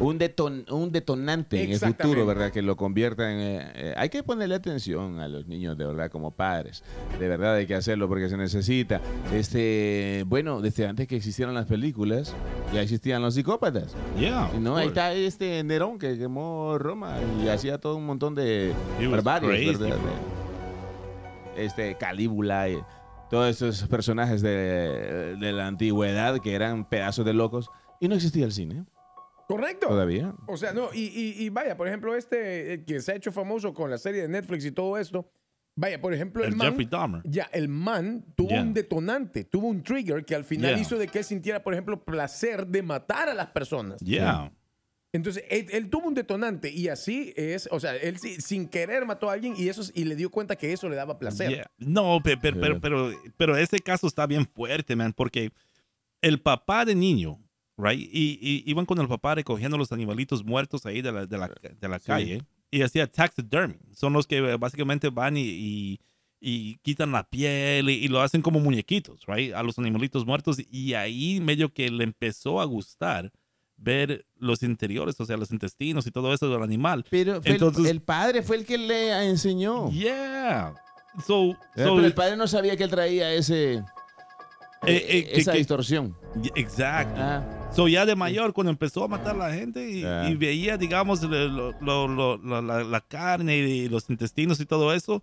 S1: Un, deton- un detonante en el
S2: Exactamente.
S1: futuro, ¿verdad? Que lo convierta en... eh, eh, hay que ponerle atención a los niños, de verdad, como padres. De verdad hay que hacerlo porque se necesita. Este, bueno, desde antes que existieran las películas, ya existían los psicópatas.
S3: Yeah,
S1: No,
S3: of course.
S1: ahí está este Nerón que quemó Roma y hacía todo un montón de
S3: He was
S1: barbaries,
S3: crazy,
S1: ¿verdad? Este, Calíbula y todos estos personajes de, de la antigüedad que eran pedazos de locos. Y no existía el cine.
S2: Correcto.
S1: Todavía.
S2: O sea, no, y, y- y vaya, por ejemplo, este eh, que se ha hecho famoso con la serie de Netflix y todo esto. Vaya, por ejemplo, el,
S3: El
S2: man,
S3: Jeffrey Dahmer.
S2: Ya, el man tuvo
S3: Yeah.
S2: un detonante, tuvo un trigger que al final
S3: Yeah.
S2: hizo de que él sintiera, por ejemplo, placer de matar a las personas.
S3: Yeah.
S2: Entonces, él, él tuvo un detonante y así es, o sea, él sí- sin querer mató a alguien y eso es- y le dio cuenta que eso le daba placer.
S3: Yeah. No, pe- pe- pero, pero, pero este caso está bien fuerte, man, porque el papá de niño, right, y, y- iban con el papá recogiendo los animalitos muertos ahí de la, de la, de la calle y hacía taxidermy. Son los que eh, básicamente van y, y, y quitan la piel y, y lo hacen como muñequitos, right, a los animalitos muertos. Y ahí medio que le empezó a gustar ver los interiores, o sea, los intestinos y todo eso del animal.
S1: Pero Fue el- el padre fue el que le enseñó.
S3: Yeah. So,
S1: Eh,
S3: so-
S1: pero el padre no sabía que él traía ese,
S3: Eh, eh, que-
S1: esa
S3: que-
S1: distorsión. Ah.
S3: Y- Exacto. So ya de mayor, cuando empezó a matar a la gente este, y, y veía, digamos, lo- lo- lo- lo- lo- la, la carne y los intestinos y todo eso,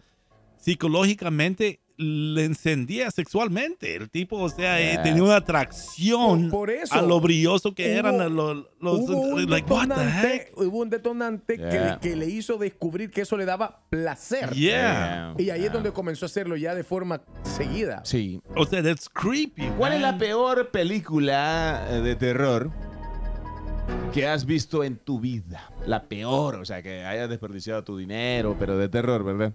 S3: psicológicamente le encendía sexualmente. El tipo, o sea, eh,
S2: Yeah.
S3: tenía una atracción
S2: Por eso,
S3: a lo brilloso que
S2: hubo-
S3: eran a lo- los...
S2: hubo un
S3: like, what the
S2: detonante,
S3: heck?
S2: hubo un detonante que-
S3: Yeah.
S2: que, le hizo descubrir que eso le daba placer.
S3: Yeah.
S2: Y ahí
S3: Yeah.
S2: es donde comenzó a hacerlo ya de forma seguida.
S1: Sí.
S3: O sea, that's creepy.
S1: ¿Cuál es la peor película eh, de terror que has visto en tu vida? La peor, o sea, que hayas desperdiciado tu dinero, pero de terror, ¿verdad?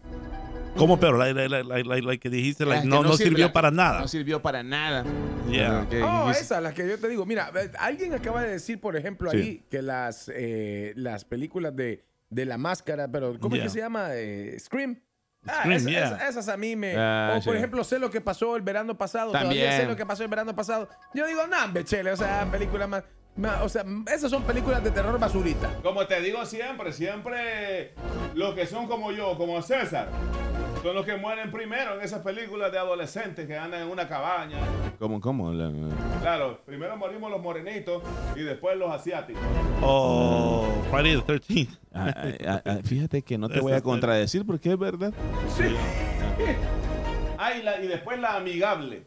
S3: ¿Cómo pero? La, la- la- la- la- la que dijiste, like,
S1: Ah, que
S3: no, no
S1: sirve-
S3: sirvió
S1: la-
S3: para nada.
S1: No sirvió para nada.
S3: Yeah.
S1: Que
S2: Oh,
S1: dijiste-
S2: esas, las que yo te digo. Mira, eh, alguien acaba de decir, por ejemplo,
S1: Sí.
S2: ahí que las, eh, las películas de, de la máscara, pero ¿cómo
S1: Yeah.
S2: es que se llama? Eh, Scream. Ah,
S1: Scream,
S2: esa-
S1: yeah.
S2: esa- esas a mí me.
S1: Ah,
S2: o, por
S1: sí.
S2: ejemplo, sé lo que pasó el verano pasado. Todavía
S1: También.
S2: sé lo que pasó el verano pasado. Yo digo, nah, hombre, chele, o sea, películas más. más- O sea, esas son películas de terror basurita.
S3: Pues
S4: Como te digo siempre, siempre los que son como yo, como César, son los que mueren primero en esas películas de adolescentes que andan en una cabaña.
S1: ¿Cómo, cómo? La-
S4: Claro, primero morimos los morenitos y después los asiáticos.
S3: Oh, Friday the 13th.
S1: Ah, ah, ah, fíjate que no te
S3: Esa
S1: voy a
S3: es-
S1: contradecir porque es verdad.
S4: Sí. Ah, y, la- y después la amigable.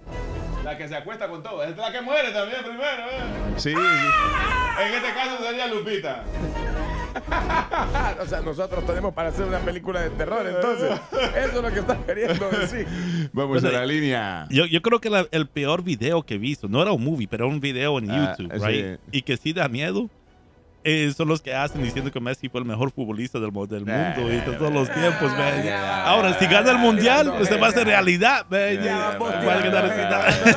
S4: La que se acuesta con todo. Es la que muere también primero. ¿eh?
S1: Sí,
S4: En este caso sería Lupita.
S2: o sea, nosotros tenemos para hacer una película de terror, entonces. Eso es lo que estás queriendo decir.
S1: Vamos a la línea.
S3: Yo, yo creo que la- el peor video que he visto, no era un movie, pero era un video en
S1: Ah,
S3: YouTube,
S1: sí.
S3: right? Y que sí da miedo. eh, son los que hacen diciendo que Messi fue el mejor futbolista del, mo- del mundo y de todos los tiempos, man. Ahora, si gana el mundial, usted va a ser realidad, man. Va a ganar ese-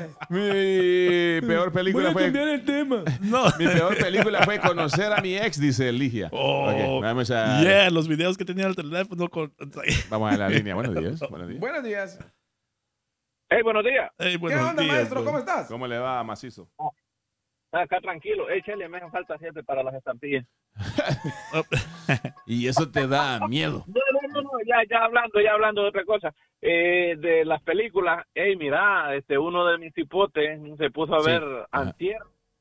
S1: Mi peor película fue.
S2: el tema.
S3: No.
S1: Mi peor película fue conocer a mi ex, dice Ligia.
S3: Oh,
S1: Ok, vamos a.
S3: yeah, los videos que tenía en el teléfono. Con...
S1: Vamos a la línea. Buenos días. Buenos días.
S2: Buenos días.
S10: Hey, buenos días.
S3: Hey,
S10: buenos onda, días, maestro?
S16: pues.
S10: bro. ¿Cómo
S2: estás?
S4: ¿Cómo le va, macizo?
S10: Acá tranquilo. Échale, me hacen falta siete para las estampillas.
S1: Y eso te da miedo.
S10: No, no, no, no, ya, ya hablando, ya hablando de otra cosa. Eh, de las películas, hey, mira, este, uno de mis hipotes se puso a
S1: Sí.
S10: ver
S1: Ajá.
S10: antier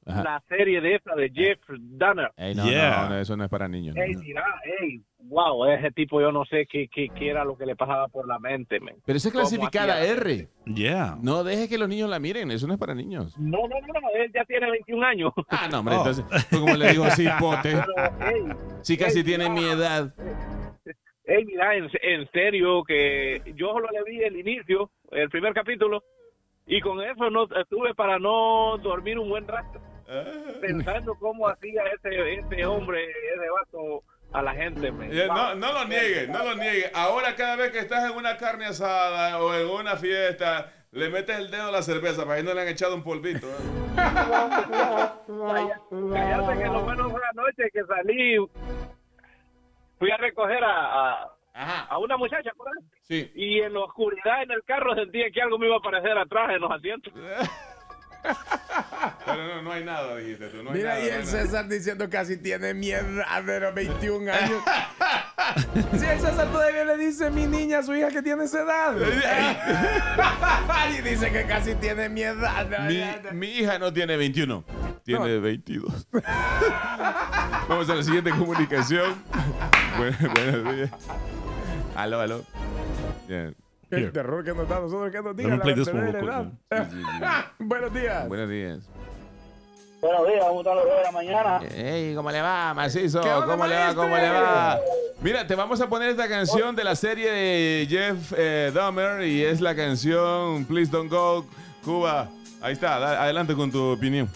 S1: Ajá. Eh.
S10: la serie de esa de Jeff Danner.
S1: Ey, no,
S3: Yeah.
S1: no, no, eso no es para niños. no,
S10: Ey,
S1: no.
S10: mira, ey, wow, ese tipo yo no sé qué, qué, qué era lo que le pasaba por la mente, men.
S1: Pero eso es
S10: Cómo
S1: clasificada
S10: hacía.
S1: R.
S3: Yeah.
S1: No dejes que los niños la miren. Eso no es para niños.
S10: No, no, no, no, él ya tiene 21 años.
S1: Ah, no, hombre. Entonces, pues, como le digo, sí, pote.
S10: Pero, eh, ey,
S1: Sí, casi
S10: ey,
S1: tiene
S10: mira,
S1: mi edad.
S10: Ey, mira, en, en serio, que yo solo le vi el inicio, el primer capítulo, y con eso no estuve para no dormir un buen rato,
S1: Ah.
S10: pensando cómo hacía ese, ese hombre, ese vato a la gente. men.
S4: Eh, No,
S10: Wow.
S4: no lo niegues, no lo niegues. Ahora cada vez que estás en una carne asada o en una fiesta,
S1: Le metes el dedo a la cerveza para que no le han echado un polvito. ¿eh?
S16: Cállate que lo bueno fue anoche que salí. Fui a recoger a, a, a una muchacha por ahí.
S1: Sí.
S16: Y en la oscuridad en el carro sentía que algo me iba a aparecer atrás en los asientos.
S1: Pero no, no hay nada, dijiste tú. No hay
S2: Mira,
S1: nada,
S2: y
S1: no hay
S2: el
S1: nada.
S2: César diciendo casi tiene mierda de los 21 años. Si el César todavía le dice mi niña a su hija que tiene esa edad. y dice que casi tiene mierda.
S1: Mi, mi hija no tiene 21, tiene 22. Vamos a la siguiente comunicación. Bueno, buenos días. Aló, aló. Yeah.
S2: El terror que nos da a nosotros que nos diga
S1: me
S2: la
S1: play this
S2: verdadera
S1: one
S2: edad.
S1: real
S2: Buenos días.
S1: Buenos días.
S17: Buenos días, ¿cómo están los dos de la
S3: Eh.
S17: mañana?
S1: Ey, ¿cómo le va, macizo?
S17: ¿Qué onda,
S1: ¿Cómo le va?
S17: maestro?
S1: ¿Cómo le va? Mira, te vamos a poner esta canción de la serie de Jeff eh, Dahmer y es la canción Please Don't Go Cuba. Ahí está, da- adelante con tu opinión.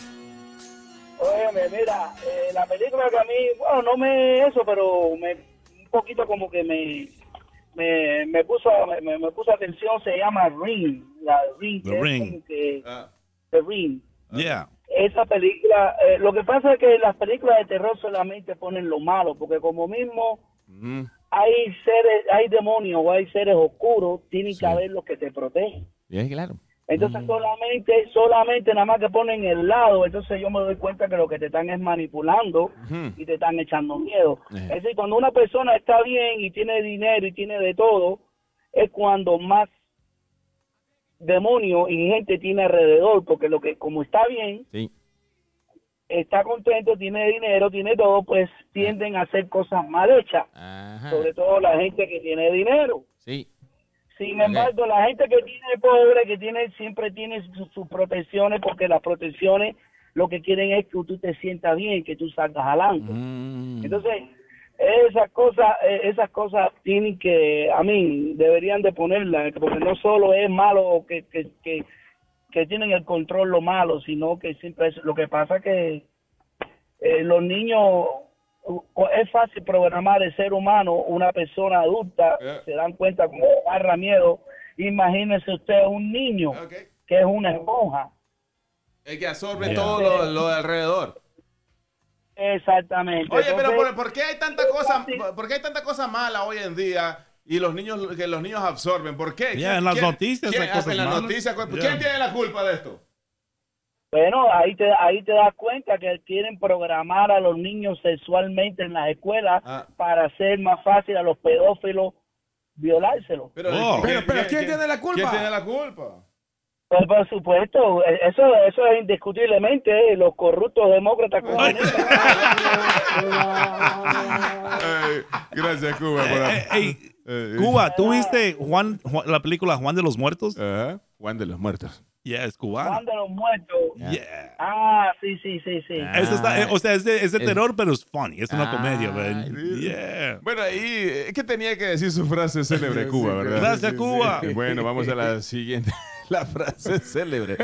S17: Óyeme, mira, eh, la película que a mí, bueno, no me eso, pero me, un poquito como que me, me, me puso me, me puso atención, se llama Ring. La Ring.
S3: The
S17: que es
S3: Ring.
S17: como que- The Ring.
S3: Yeah.
S17: Esa película, eh, lo que pasa es que las películas de terror solamente ponen lo malo, porque como mismo hay seres, hay demonios o hay seres oscuros, tienen que haber los que te protegen.
S11: Bien, claro.
S17: Entonces solamente, solamente nada más que ponen el lado, entonces yo me doy cuenta que lo que te están es manipulando y te están echando miedo.
S11: Ujú.
S17: Es decir, cuando una persona está bien y tiene dinero y tiene de todo, es cuando más demonios y gente tiene alrededor, porque lo que como está bien,
S11: Sí.
S17: está contento, tiene dinero, tiene todo, pues tienden a hacer cosas mal hechas, sobre todo la gente que tiene dinero.
S11: Sí.
S17: Sin
S11: Ok.
S17: embargo, la gente que tiene pobre, que tiene siempre tiene su- sus protecciones, porque las protecciones lo que quieren es que tú te sientas bien, que tú salgas adelante. Entonces, esas cosas, eh, esas cosas tienen que, a mí, deberían de ponerlas, porque no solo es malo que, que, que, que tienen el control lo malo, sino que siempre es, lo que pasa que eh, los niños, u- es fácil programar el ser humano, una persona adulta,
S1: Eh.
S17: se dan cuenta como agarra miedo. Imagínese usted un niño que es una esponja.
S1: Es que absorbe
S11: Yeah.
S1: todo lo, lo de alrededor.
S17: Exactamente.
S1: Oye, pero
S17: Entonces,
S1: ¿por, por qué hay tanta cosa, por qué hay tanta cosa mala hoy en día y los niños que los niños absorben? ¿Por qué?
S3: Yeah,
S1: ¿Quién-
S3: en las
S1: quién-
S3: noticias
S1: quién-
S3: hay cosas
S1: en las
S3: malas.
S1: noticias, ¿cu-
S3: Yeah.
S1: ¿Quién tiene la culpa de esto?
S17: Bueno, ahí te, ahí te das cuenta que quieren programar a los niños sexualmente en las escuelas
S1: Ah.
S17: para hacer más fácil a los pedófilos violárselo.
S1: Pero,
S2: ¿quién tiene la culpa?
S3: Ah.
S1: ¿Quién tiene la culpa?
S17: Pues, por supuesto, eh, eso, eso es indiscutiblemente eh, los corruptos demócratas. comunistas.
S1: Ey, gracias, Cuba. por- Eh,
S3: Cuba, ¿tú viste Juan, Juan- la película Juan de los Muertos?
S1: Eh, Juan de los Muertos.
S3: Yeah, es
S17: Juan
S3: cubano.
S17: de los muertos.
S3: Yeah.
S17: Ah, sí, sí, sí, sí.
S3: Eso está- eh, o sea, es de, es de
S1: es-
S3: terror, pero es funny. Es una
S1: Ah,
S3: comedia, man.
S1: Bueno, ahí es que tenía que decir su frase célebre,
S3: Sí,
S1: Cuba,
S3: sí,
S1: ¿verdad?
S3: Gracias, sí, Cuba. sí.
S1: Bueno, vamos a la siguiente. La frase célebre.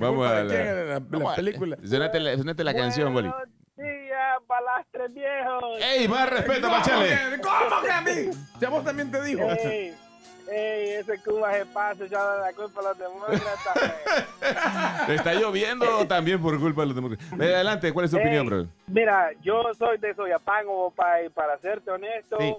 S1: Vamos
S2: ¿Culpa
S1: a
S2: de quién era la-
S1: la,
S2: la película?
S1: Sonate la, sonate la canción, Boli.
S17: Días, balastres viejos.
S1: ¡Ey, más respeto,
S2: ¿Cómo
S1: Pachale!
S2: que- ¿Cómo que a mí? Ya vos también te dijo.
S17: Ey, ey, ese Cuba se pasa echándole la culpa a los demócratas.
S1: Está lloviendo también por culpa de los demócratas. Eh, Adelante, ¿cuál es tu
S17: Ey.
S1: opinión, bro?
S17: Mira, yo soy de Soyapango, papá, y para serte honesto,
S1: Sí.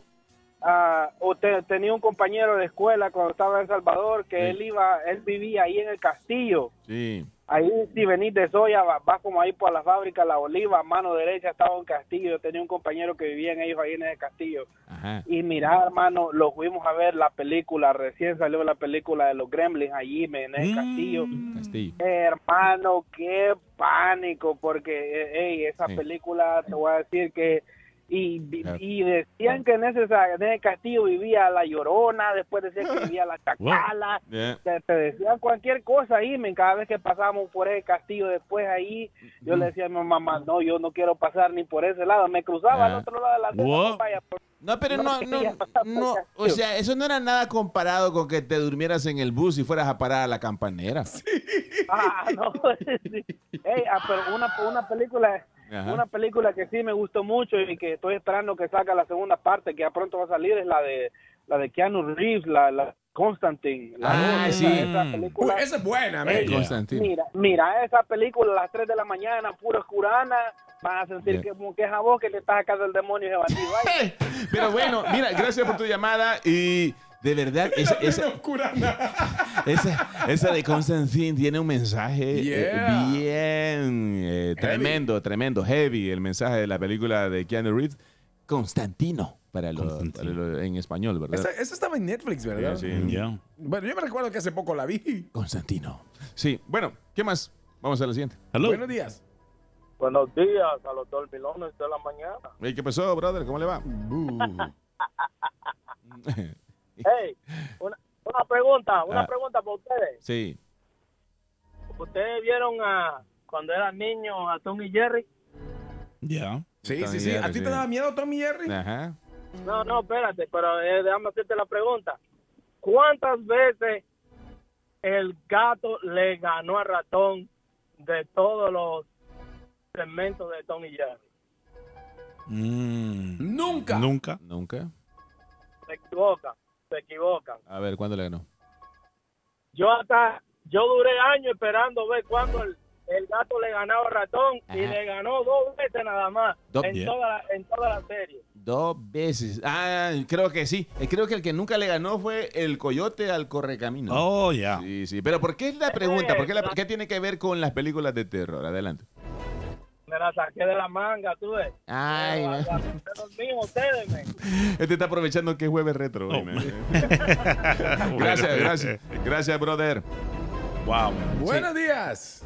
S17: ah, usted- tenía un compañero de escuela cuando estaba en Salvador que él iba, él vivía ahí en el castillo.
S1: Sí.
S17: Ahí si venís de Soya, va- vas como ahí por la fábrica La Oliva, mano derecha estaba un castillo. Yo tenía un compañero que vivía en ellos ahí en el castillo.
S1: Ajá.
S17: Y mira, hermano, los fuimos a ver la película, recién salió la película de los Gremlins allí men, en el castillo. Eh,
S1: Castillo.
S17: Hermano, qué pánico, porque eh, ey, esa
S1: Sí.
S17: película te voy a decir que. Y, vi- y decían que en ese, en ese castillo vivía la llorona, después decían que vivía la chacala.
S1: Yeah.
S17: Te, te decían cualquier cosa ahí, men, cada vez que pasábamos por ese castillo, después ahí, yo le decía a mi mamá, no, yo no quiero pasar ni por ese lado. Me cruzaba al
S11: Ah.
S17: otro lado de la
S11: Wow.
S17: no vaya, por-
S11: No, pero no, no,
S17: quería pasar por
S11: no,
S17: el
S11: o
S17: castillo.
S11: sea, eso no era nada comparado con que te durmieras en el bus y fueras a parar a la campanera.
S17: Ah, no. sí. Ey, ah, pero una, una película
S11: Ajá.
S17: una película que sí me gustó mucho y que estoy esperando que salga la segunda parte, que ya pronto va a salir, es la de la de Keanu Reeves, la, la
S11: Constantine. La
S1: Ah,
S11: otra,
S1: sí.
S11: Esa, película.
S2: Uy, esa es buena, man.
S11: Ey,
S1: Constantine.
S11: Mira, mira esa película a las 3 de la mañana, pura curana. Vas a sentir
S1: Yeah.
S11: que, como que es a vos que te estás sacando el demonio de bandido. ahí.
S1: Pero bueno, mira, gracias por tu llamada y de verdad, esa, esa, esa, esa de Constantine tiene un mensaje eh,
S2: Yeah.
S1: bien eh, tremendo, tremendo, heavy, el mensaje de la película de Keanu Reeves, Constantino, para lo, para lo- en español, ¿verdad?
S2: Esa, esa estaba en Netflix, ¿verdad?
S1: Sí, sí.
S2: Bueno, yo me recuerdo que hace poco la vi.
S1: Constantino. Sí, bueno, ¿qué más? Vamos a la siguiente.
S2: Buenos días.
S16: Buenos días a los dormilones de la mañana.
S1: Ey, ¿Qué pasó, brother? ¿Cómo le va?
S16: Hey, una, una pregunta, una
S1: Ah.
S16: pregunta para ustedes.
S1: sí.
S16: ¿Ustedes vieron a cuando eran niños a Tom y Jerry?
S3: Ya.
S2: Sí, sí, sí. ¿A ti te daba miedo Tommy Jerry?
S1: Ajá.
S16: No, no, espérate, pero eh, déjame hacerte la pregunta. ¿Cuántas veces el gato le ganó al ratón de todos los segmentos de Tom y Jerry?
S2: Nunca.
S3: Mm. Nunca.
S1: Nunca.
S16: Se equivocan, se equivocan.
S1: A ver, ¿cuándo le ganó?
S16: Yo hasta, yo duré años esperando ver cuándo el, el gato le ganaba al ratón y
S1: Ajá.
S16: le ganó dos veces nada más
S1: Dos-
S16: en,
S1: Bien.
S16: toda la, en toda la serie.
S1: Dos veces. Ah, creo que sí. Eh, Creo que el que nunca le ganó fue el coyote al correcamino.
S3: Oh, ya.
S1: Sí, sí. Pero ¿por qué es la pregunta? ¿Por qué, la- qué tiene que ver con las películas de terror? Adelante.
S16: Me la saqué de la manga, tú ves.
S1: Ay,
S16: Me la-
S1: man.
S16: la- los mismos ustedes, men.
S1: este está aprovechando que es jueves retro. güey, man. gracias, gracias. Gracias, brother.
S3: Wow.
S2: Buenos días.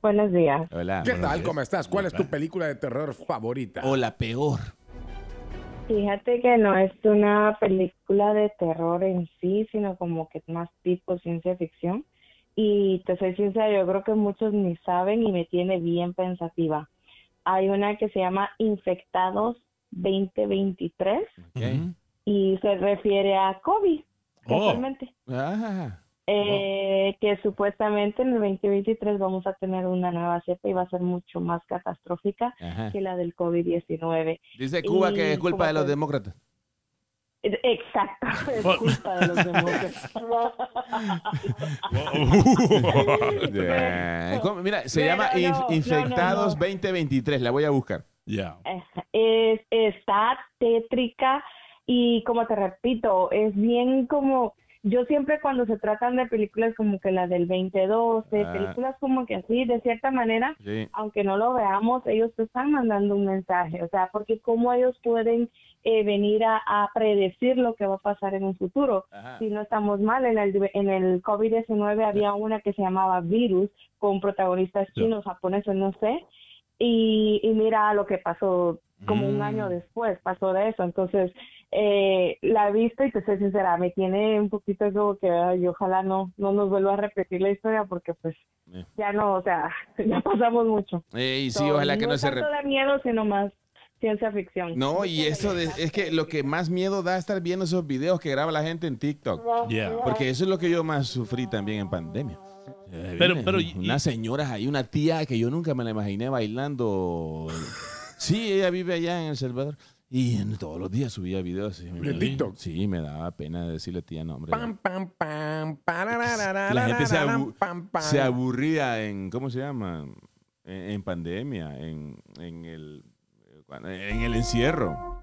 S18: Buenos días.
S1: Hola.
S2: ¿Qué
S1: buenos
S2: tal?
S1: días.
S2: ¿Cómo estás? ¿Cuál es tu película de terror favorita?
S1: O la peor.
S18: Fíjate que no es una película de terror en sí, sino como que más tipo ciencia ficción. Y te soy sincera, yo creo que muchos ni saben y me tiene bien pensativa. Hay una que se llama Infectados 2023 y se refiere a COVID,
S1: Oh.
S18: casualmente.
S1: Ah.
S18: Eh, que supuestamente en el 2023 vamos a tener una nueva cepa y va a ser mucho más catastrófica
S1: Ajá.
S18: que la del COVID-19.
S1: Dice Cuba que es
S18: Y
S1: culpa de
S18: como
S1: los
S18: que-
S1: demócratas.
S18: Exacto, es
S1: Oh.
S18: culpa de los demócratas.
S1: Yeah. ¿Cómo? Mira, se
S18: Pero
S1: llama
S18: no,
S1: Inf-
S18: no, no,
S1: Infectados 2023. La voy a buscar.
S3: Ya.
S18: Es, está tétrica y como te repito, es bien como, yo siempre cuando se tratan de películas como que la del 2012,
S19: Ah.
S18: películas como que así, de cierta manera,
S19: Sí.
S18: aunque no lo veamos, ellos te están mandando un mensaje, o sea, porque cómo ellos pueden eh, venir a, a predecir lo que va a pasar en un futuro.
S19: Ajá.
S18: Si no estamos mal, en el, en el COVID-19 había una que se llamaba Virus, con protagonistas chinos, japoneses, no sé, y, y mira lo que pasó como un año después, pasó de eso, entonces eh, la he visto y te soy sincera, me tiene un poquito como que, ay, ojalá no, no nos vuelva a repetir la historia porque pues ya no, o sea, ya pasamos mucho.
S1: Ey, sí,
S18: So,
S1: ojalá que no, se
S18: es tanto
S1: repita.
S18: de miedo, sino más ciencia ficción.
S1: No, y eso de- es que lo que más miedo da es estar viendo esos videos que graba la gente en TikTok.
S3: Yeah.
S1: Porque eso es lo que yo más sufrí también en pandemia. Eh,
S3: Pero-
S1: viene
S3: pero-
S1: unas señoras ahí, una tía que yo nunca me la imaginé bailando. Sí, ella vive allá en El Salvador. Y en- todos los días subía videos. y me-
S2: ¿De TikTok?
S1: Sí, me daba pena decirle tía, no, hombre.
S2: Pam, pam, pam, pararararara,
S1: La gente se, abu-
S2: pam, pam.
S1: se aburría en, ¿cómo se llama? En, en pandemia, en, en el, en el encierro.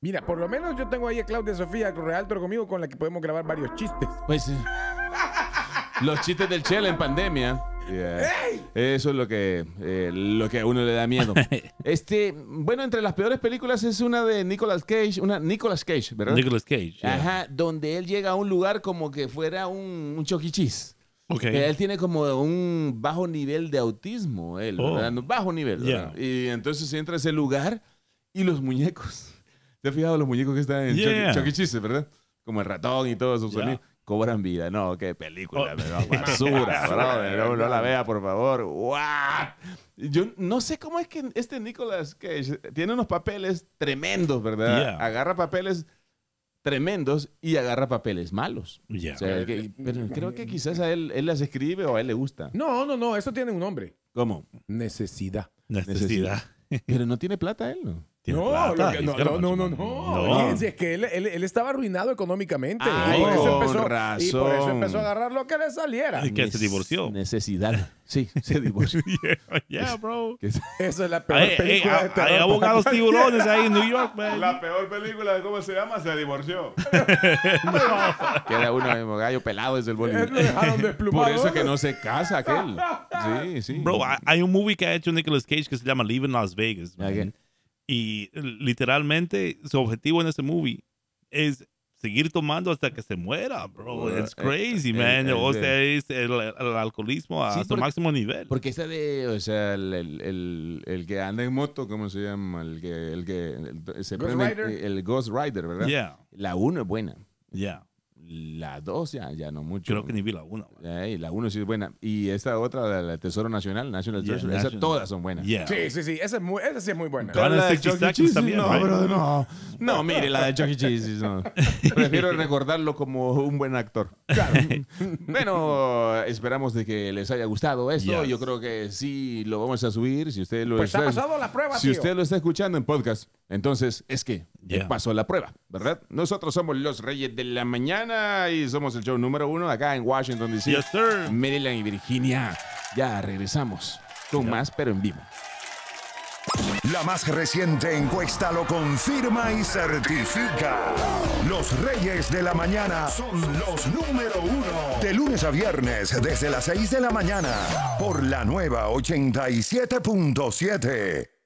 S2: Mira, por lo menos yo tengo ahí a Claudia Sofía Realtor conmigo con la que podemos grabar varios chistes.
S1: Pues eh, los chistes del Chela en pandemia. Yeah. Eso es lo que, eh, lo que a uno le da miedo. Este, bueno, entre las peores películas es una de Nicolas Cage, una Nicolas Cage, ¿verdad?
S3: Nicolas Cage. yeah.
S1: Ajá, donde él llega a un lugar como que fuera un, un choquichis.
S3: Ok.
S1: Él tiene como un bajo nivel de autismo, él,
S3: Oh.
S1: ¿verdad? Un bajo nivel. ¿verdad? Y entonces entra a ese lugar y los muñecos. ¿Te has fijado los muñecos que están en
S3: Yeah.
S1: Chucky- Chucky E. Cheese, verdad? Como el ratón y todos sus sonidos. Cobran vida. No, qué
S3: Oh.
S1: película, pero basura, brother. No, no la vea, por favor. ¡Guau! Yo no sé cómo es que este Nicolas Cage tiene unos papeles tremendos, ¿verdad?
S3: Yeah.
S1: Agarra papeles tremendos y agarra papeles malos.
S3: Yeah.
S1: O sea, que- pero creo que quizás a él, él las escribe o a él le gusta.
S2: No, no, no, eso tiene un nombre.
S1: ¿Cómo?
S2: Necesidad.
S1: Necesidad. Pero no tiene plata él. ¿no?
S3: tiene
S2: No,
S3: plata,
S2: lo que-
S3: dice
S2: no,
S3: que era
S2: no, no, no,
S3: macho.
S2: no.
S3: No.
S2: Fíjense, es que él, él- él estaba arruinado económicamente.
S1: Ay,
S2: y, por eso
S1: con
S2: empezó, y por eso
S1: razón.
S2: empezó a agarrar lo que le saliera.
S3: Y que se divorció.
S1: Necesidad. Sí, se divorció.
S3: Yeah, bro.
S2: Eso es la peor
S3: Hay, hay-
S2: película de
S3: hay-
S2: terror.
S3: hay abogados tiburones ahí en New York, man.
S4: La peor película de cómo se llama se divorció.
S1: Queda uno mismo gallo pelado desde el
S4: Él lo
S1: Bolívar.
S4: dejaron
S1: Por
S4: desplumado.
S1: eso que no se casa aquel. Sí, sí.
S3: Bro, hay- hay un movie que ha hecho Nicolas Cage que se llama Live in Las Vegas.
S1: Ah,
S3: man. Y eh, literalmente su objetivo en ese movie es seguir tomando hasta que se muera, bro.
S1: Bueno,
S3: It's
S1: eh,
S3: crazy,
S1: eh,
S3: man.
S1: eh,
S3: o
S1: eh.
S3: sea, es el, el alcoholismo a
S1: Sí,
S3: su
S1: porque-
S3: máximo nivel.
S1: Porque está de, o sea, el, el, el, el que anda en moto, ¿cómo se llama? El que, el que el- se
S3: Ghost
S1: prende
S3: Rider.
S1: el, el Ghost Rider, ¿verdad?
S3: Yeah.
S1: La 1 es buena.
S3: Yeah.
S1: La 2 ya, ya no mucho.
S3: Creo que ni vi la 1.
S1: Ey, Eh, la 1 sí es buena. Y esta otra, la, la Tesoro Nacional, National
S3: Yeah,
S1: Treasure,
S3: National.
S1: esas todas son buenas.
S2: Sí, sí, sí. Esa, es muy, esa sí es muy buena.
S1: Todas las de Chuck E. Cheese, no,
S2: right?
S1: brother, no. No, mire, la de Chuck E. Cheese, no. Prefiero recordarlo como un buen actor. bueno, esperamos de que les haya gustado esto.
S4: Yes.
S1: Yo creo que sí lo vamos a subir. Si usted lo
S4: Pues
S1: está,
S4: ha pasado la prueba,
S1: Si
S4: tío.
S1: usted lo está escuchando en podcast, entonces es que
S3: Yeah.
S1: pasó la prueba, ¿verdad? Nosotros somos los Reyes de la Mañana y somos el show número uno acá en Washington, D.C.
S3: Yes, sir.
S1: Maryland y Virginia. Ya regresamos con más, pero en vivo.
S12: La más reciente encuesta lo confirma y certifica. Los Reyes de la Mañana son los número uno. De lunes a viernes, desde las 6 de la mañana, por la nueva 87.7.